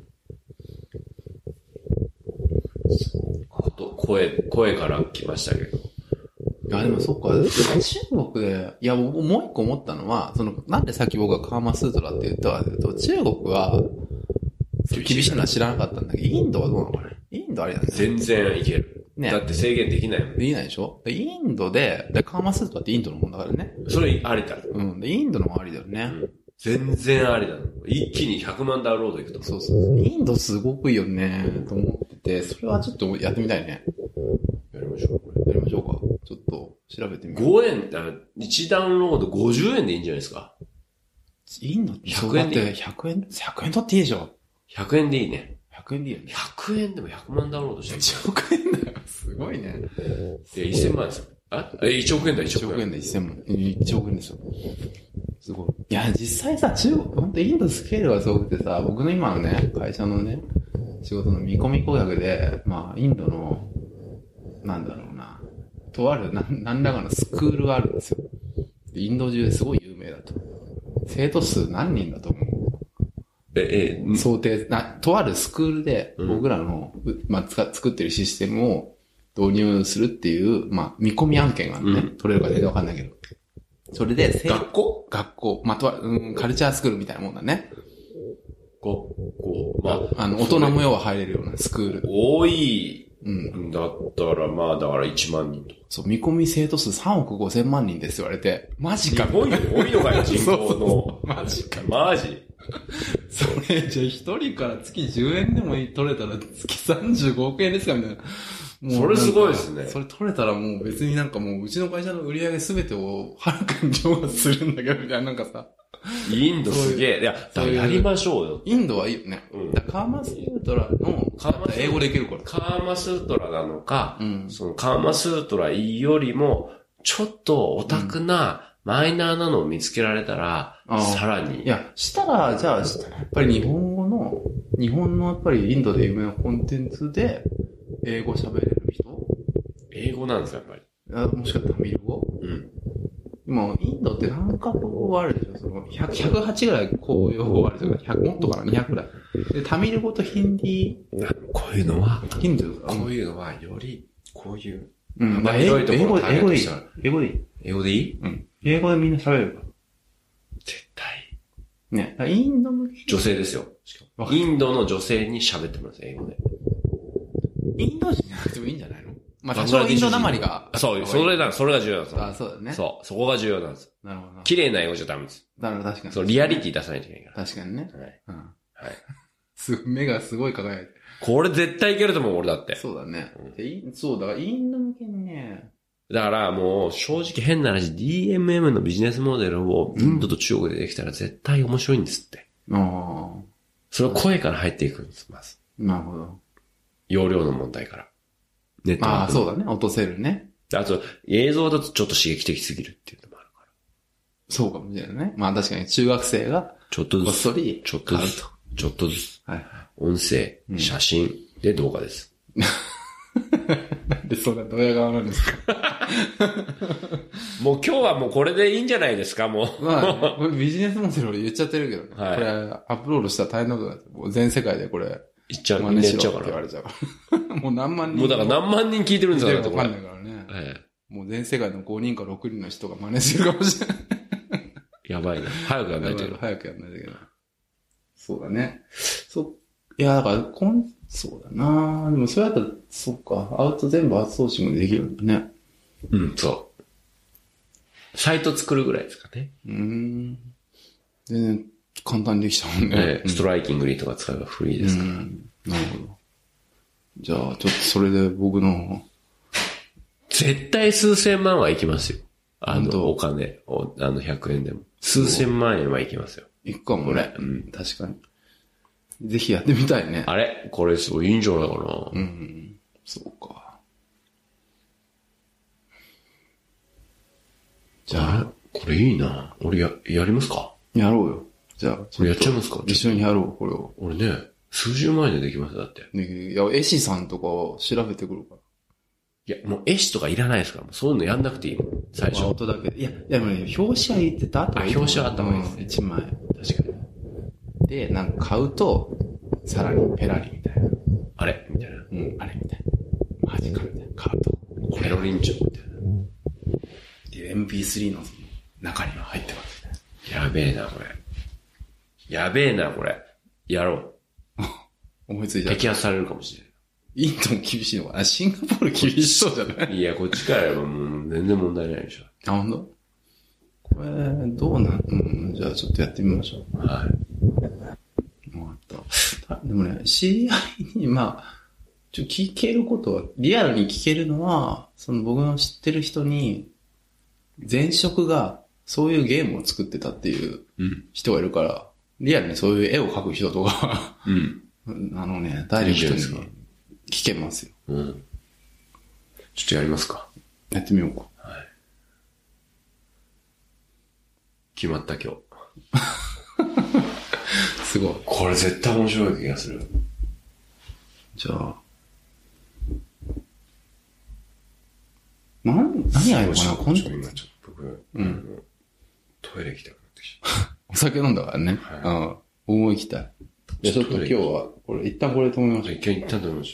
[SPEAKER 1] こと声、声から来ましたけど。
[SPEAKER 2] いや、でもそっか。中国で、いや、僕もう一個思ったのは、その、なんでさっき僕がカーマスートラって言ったかというと、中国は、そう厳しいのは知らなかったんだけど、インドはどうなのかなインドあれなんですよ。
[SPEAKER 1] 全然いける。
[SPEAKER 2] ね
[SPEAKER 1] だって制限できないもん。
[SPEAKER 2] できないでしょでインドで、で、カーマスートラってインドのもんだからね。
[SPEAKER 1] それありだ。
[SPEAKER 2] うん。で、インドのもありだよね。
[SPEAKER 1] 全然ありだ。一気に100万ダウンロードいくと思う。
[SPEAKER 2] そうそうそう。インドすごくいいよね、と思ってて、それはちょっとやってみたいね。
[SPEAKER 1] やりましょう、これ。
[SPEAKER 2] やりましょうか。ちょっと、調べてみよう。
[SPEAKER 1] 5円って、1ダウンロード50円でいいんじゃないですか。
[SPEAKER 2] インドって
[SPEAKER 1] 100円で
[SPEAKER 2] だって100円、100円取っていいでしょ。
[SPEAKER 1] 100円でいいね。
[SPEAKER 2] 100円でいいよね。
[SPEAKER 1] 100円でも100万ダウンロードしてる。
[SPEAKER 2] 1億円だよ。すごいね。
[SPEAKER 1] で、1000万ですよ。あえ、1億円だ、1
[SPEAKER 2] 1
[SPEAKER 1] 億円。
[SPEAKER 2] 億円で1000万。1億円ですよ。すごい。いや、実際さ、中国、本当インドスケールがすごくてさ、僕の今のね、会社のね、仕事の見込み顧客で、まあ、インドの、なんだろうな、とある、なん、なんらかのスクールがあるんですよ。でインド中ですごい有名だと。生徒数何人だと思う
[SPEAKER 1] え、え、
[SPEAKER 2] 想定、な、とあるスクールで、僕らの、うまあ、つか作ってるシステムを導入するっていう、まあ、見込み案件があるね、
[SPEAKER 1] うん
[SPEAKER 2] 取れるか全然わかんないけど。それで、せい
[SPEAKER 1] 学校
[SPEAKER 2] 学校、まあ、とある、うん、カルチャースクールみたいなもんだね。
[SPEAKER 1] 校、まあ、
[SPEAKER 2] あの、大人も要は入れるようなスクール。
[SPEAKER 1] 多い
[SPEAKER 2] うん。
[SPEAKER 1] んだったら、まあ、だから1万人とか。
[SPEAKER 2] そう、見込み生徒数3億5千万人です言われて、マジか
[SPEAKER 1] 日本より多いのかよ、人
[SPEAKER 2] そうそう
[SPEAKER 1] 口の。
[SPEAKER 2] マジか。
[SPEAKER 1] マジ
[SPEAKER 2] それ、じゃあ一人から月10円でも取れたら月35億円ですかみたいな。もう
[SPEAKER 1] それすごい
[SPEAKER 2] なん
[SPEAKER 1] で
[SPEAKER 2] か
[SPEAKER 1] すね
[SPEAKER 2] それ取れたらもう別になんかもううちの会社の売り上げ全てをはるかに上下するんだけど、みたいななんかさ。
[SPEAKER 1] インドすげえ。いや、だからやりましょうよ。
[SPEAKER 2] インドはいいよね。
[SPEAKER 1] うん
[SPEAKER 2] だからカーマスユートラの、
[SPEAKER 1] カーマス
[SPEAKER 2] 英語でいけるから。
[SPEAKER 1] カーマスートラなのか、
[SPEAKER 2] うん。
[SPEAKER 1] そのカーマスートラよりも、ちょっとオタクな、マイナーなのを見つけられたら、
[SPEAKER 2] あー
[SPEAKER 1] さらに。
[SPEAKER 2] いや、したら、じゃあ、したらやっぱり日本語の、日本のやっぱりインドで有名なコンテンツで、英語喋れる人
[SPEAKER 1] 英語なんですよ、やっぱり。
[SPEAKER 2] あもしかしたらタミル語
[SPEAKER 1] うん。
[SPEAKER 2] 今、インドって何カ国語あるでしょその、100 108ぐらい公用語あるじゃない ?100 もっとかな ?200 ぐらい。で、タミル語とヒンディ
[SPEAKER 1] こういうのは、
[SPEAKER 2] ー、ヒンドゥー
[SPEAKER 1] こういうのは、より、こういう。
[SPEAKER 2] うん、
[SPEAKER 1] まあ
[SPEAKER 2] 英語
[SPEAKER 1] 広いと
[SPEAKER 2] 英
[SPEAKER 1] こ
[SPEAKER 2] 語
[SPEAKER 1] ろ
[SPEAKER 2] で、英語で
[SPEAKER 1] ターゲットし
[SPEAKER 2] いい
[SPEAKER 1] たら。
[SPEAKER 2] 英語でいい。
[SPEAKER 1] 英語でいい
[SPEAKER 2] うん。英語でみんな喋れるから。
[SPEAKER 1] 絶対。
[SPEAKER 2] ね。だからインド向き。
[SPEAKER 1] 女性ですよ。しかもインドの女性に喋ってます、英語で。
[SPEAKER 2] インド人じゃなくてもいいんじゃないのまあ、
[SPEAKER 1] バ
[SPEAKER 2] 多
[SPEAKER 1] ングラ
[SPEAKER 2] 少
[SPEAKER 1] デ
[SPEAKER 2] イ
[SPEAKER 1] ィ
[SPEAKER 2] ン
[SPEAKER 1] シュ人
[SPEAKER 2] ドなまりが。
[SPEAKER 1] そう、それだ、それが重要なんですよ
[SPEAKER 2] あ、そうだね。
[SPEAKER 1] そう、そこが重要なんです。
[SPEAKER 2] なるほどな。
[SPEAKER 1] 綺麗な英語じゃダメです。
[SPEAKER 2] なるほど、確かに。
[SPEAKER 1] そう、リアリティ出さないといけないか
[SPEAKER 2] 確かにね。
[SPEAKER 1] ら。はい。
[SPEAKER 2] うん。
[SPEAKER 1] はい。
[SPEAKER 2] すごい、目がすごい輝いて。
[SPEAKER 1] これ絶対いけると思う、俺だって。
[SPEAKER 2] そうだね
[SPEAKER 1] うん。
[SPEAKER 2] でいそう、だからインド向けにね。
[SPEAKER 1] だからもう、正直変な話、DMM のビジネスモデルをインドと中国でできたら絶対面白いんですって。
[SPEAKER 2] ああ、
[SPEAKER 1] それは声から入っていくんです、まず。
[SPEAKER 2] なるほど。
[SPEAKER 1] 容量の問題から。ネット
[SPEAKER 2] まあ、
[SPEAKER 1] う。
[SPEAKER 2] そうだね。落とせるね。
[SPEAKER 1] あと、映像だとちょっと刺激的すぎるっていうのもあるから。
[SPEAKER 2] そうかもしれないね。まあ確かに中学生が
[SPEAKER 1] ちょっと
[SPEAKER 2] こっ
[SPEAKER 1] ずつ、
[SPEAKER 2] そり。
[SPEAKER 1] ちょっとずつ、ちょっとずつ、
[SPEAKER 2] はい。
[SPEAKER 1] 音声
[SPEAKER 2] う、ん
[SPEAKER 1] 写真、で動画です。
[SPEAKER 2] なんでそんなドヤ顔なんですか
[SPEAKER 1] もう今日はもうこれでいいんじゃないですか、もう。
[SPEAKER 2] まあ、これビジネスモデル俺言っちゃってるけどね。
[SPEAKER 1] はい
[SPEAKER 2] これアップロードしたら大変なことだってもう全世界でこれ
[SPEAKER 1] いっちゃう、
[SPEAKER 2] 真
[SPEAKER 1] みん
[SPEAKER 2] 似
[SPEAKER 1] なや
[SPEAKER 2] し
[SPEAKER 1] っ
[SPEAKER 2] ろ
[SPEAKER 1] ちゃう
[SPEAKER 2] って
[SPEAKER 1] か
[SPEAKER 2] 言わ
[SPEAKER 1] ら。
[SPEAKER 2] れちゃうから。 もう何万人。
[SPEAKER 1] もうだから何万人聞いてるんですよ、だって
[SPEAKER 2] わ
[SPEAKER 1] これ
[SPEAKER 2] かん。ないからね。
[SPEAKER 1] え
[SPEAKER 2] もう全世界の5人か6人の人が真似するかもしれ ない。
[SPEAKER 1] えやばいな。早くやんないといけない
[SPEAKER 2] 早くやんないといけない。そうだね。そ、いや、だから、こん、そうだなでもそれだったら、そっか、アウト全部アウトソーシングできるんだね。
[SPEAKER 1] うん、そう。サイト作るぐらいですかね。
[SPEAKER 2] うーん。全然簡単にできたもんね。
[SPEAKER 1] ええストライキングリーとか使えばフリーですから。
[SPEAKER 2] うんなるほど。じゃあ、ちょっとそれで僕の、
[SPEAKER 1] 絶対数千万はいきますよ。あ
[SPEAKER 2] 本
[SPEAKER 1] の、
[SPEAKER 2] 当
[SPEAKER 1] お金を、あの、100円でも。数千万円はいきますよ。
[SPEAKER 2] いくかもね。
[SPEAKER 1] うん
[SPEAKER 2] 確かに。ぜひやってみたいね。
[SPEAKER 1] あれこれすごいいいんじゃないかな。
[SPEAKER 2] うん。そうか。じゃ
[SPEAKER 1] あ
[SPEAKER 2] あ、
[SPEAKER 1] れこれいいな。俺や、やりますか
[SPEAKER 2] やろうよ。じゃあ、ち
[SPEAKER 1] これ
[SPEAKER 2] ょ
[SPEAKER 1] や
[SPEAKER 2] っ
[SPEAKER 1] っちゃい
[SPEAKER 2] と
[SPEAKER 1] ますか
[SPEAKER 2] 一緒にやろう、これを。
[SPEAKER 1] 俺ね、数十万円でできますよだって。
[SPEAKER 2] ねいや、エシさんとかを調べてくるか
[SPEAKER 1] いや、もう絵師とかいらないですから、もうそういうのやんなくていいもん。最
[SPEAKER 2] ら。
[SPEAKER 1] 初。
[SPEAKER 2] 音だけで。いや、いやでもね、表紙は言ってた後
[SPEAKER 1] あ表紙はあった方がいいですね
[SPEAKER 2] 1枚。
[SPEAKER 1] 確かに。
[SPEAKER 2] で、なんか買うと、さらにペラリみたいな。
[SPEAKER 1] あれみたいな。
[SPEAKER 2] うん、あれみたいな。マジかみたいな。買うと。
[SPEAKER 1] ペロリンチョみたいな。
[SPEAKER 2] で MP3 の中には入ってますね。
[SPEAKER 1] やべえな、これ。やべえな、これ。やろう。
[SPEAKER 2] 思いついちゃっ
[SPEAKER 1] 摘
[SPEAKER 2] た。
[SPEAKER 1] 発されるかもし
[SPEAKER 2] インドも厳しいのかなあシンガポール厳しそうじゃな
[SPEAKER 1] れ
[SPEAKER 2] い
[SPEAKER 1] ない。いや、こっちからやればもう全然問題ないでしょ。
[SPEAKER 2] あ、ほんとこれ、どうなんうん、じゃあちょっとやってみましょう。
[SPEAKER 1] はい。
[SPEAKER 2] わかった。でもね、CI に、まあ、ちょ、聞けることは、リアルに聞けるのは、その僕の知ってる人に、前職がそういうゲームを作ってたっていう
[SPEAKER 1] うん。
[SPEAKER 2] 人がいるから、リアルにそういう絵を描く人とか、
[SPEAKER 1] うん。
[SPEAKER 2] あのね、ダイレクト
[SPEAKER 1] いい
[SPEAKER 2] に
[SPEAKER 1] じゃない
[SPEAKER 2] 聞けますよ。
[SPEAKER 1] うん。ちょっとやりますか。
[SPEAKER 2] やってみようか。
[SPEAKER 1] 決まった今日。
[SPEAKER 2] すごい。
[SPEAKER 1] これ絶対面白い気がする。
[SPEAKER 2] じゃあ、なん、何やろうかな、
[SPEAKER 1] こ
[SPEAKER 2] こ
[SPEAKER 1] ん
[SPEAKER 2] ん
[SPEAKER 1] ちょっと今ちょっと僕、うん。トイレ行きたくなってきた。
[SPEAKER 2] お酒飲んだからね。
[SPEAKER 1] は
[SPEAKER 2] うん。思いきたい。
[SPEAKER 1] じゃあ
[SPEAKER 2] ちょっと
[SPEAKER 1] トイレ
[SPEAKER 2] 今日は、これ、一旦これ止めましょう
[SPEAKER 1] じゃあ一回行ったと思います。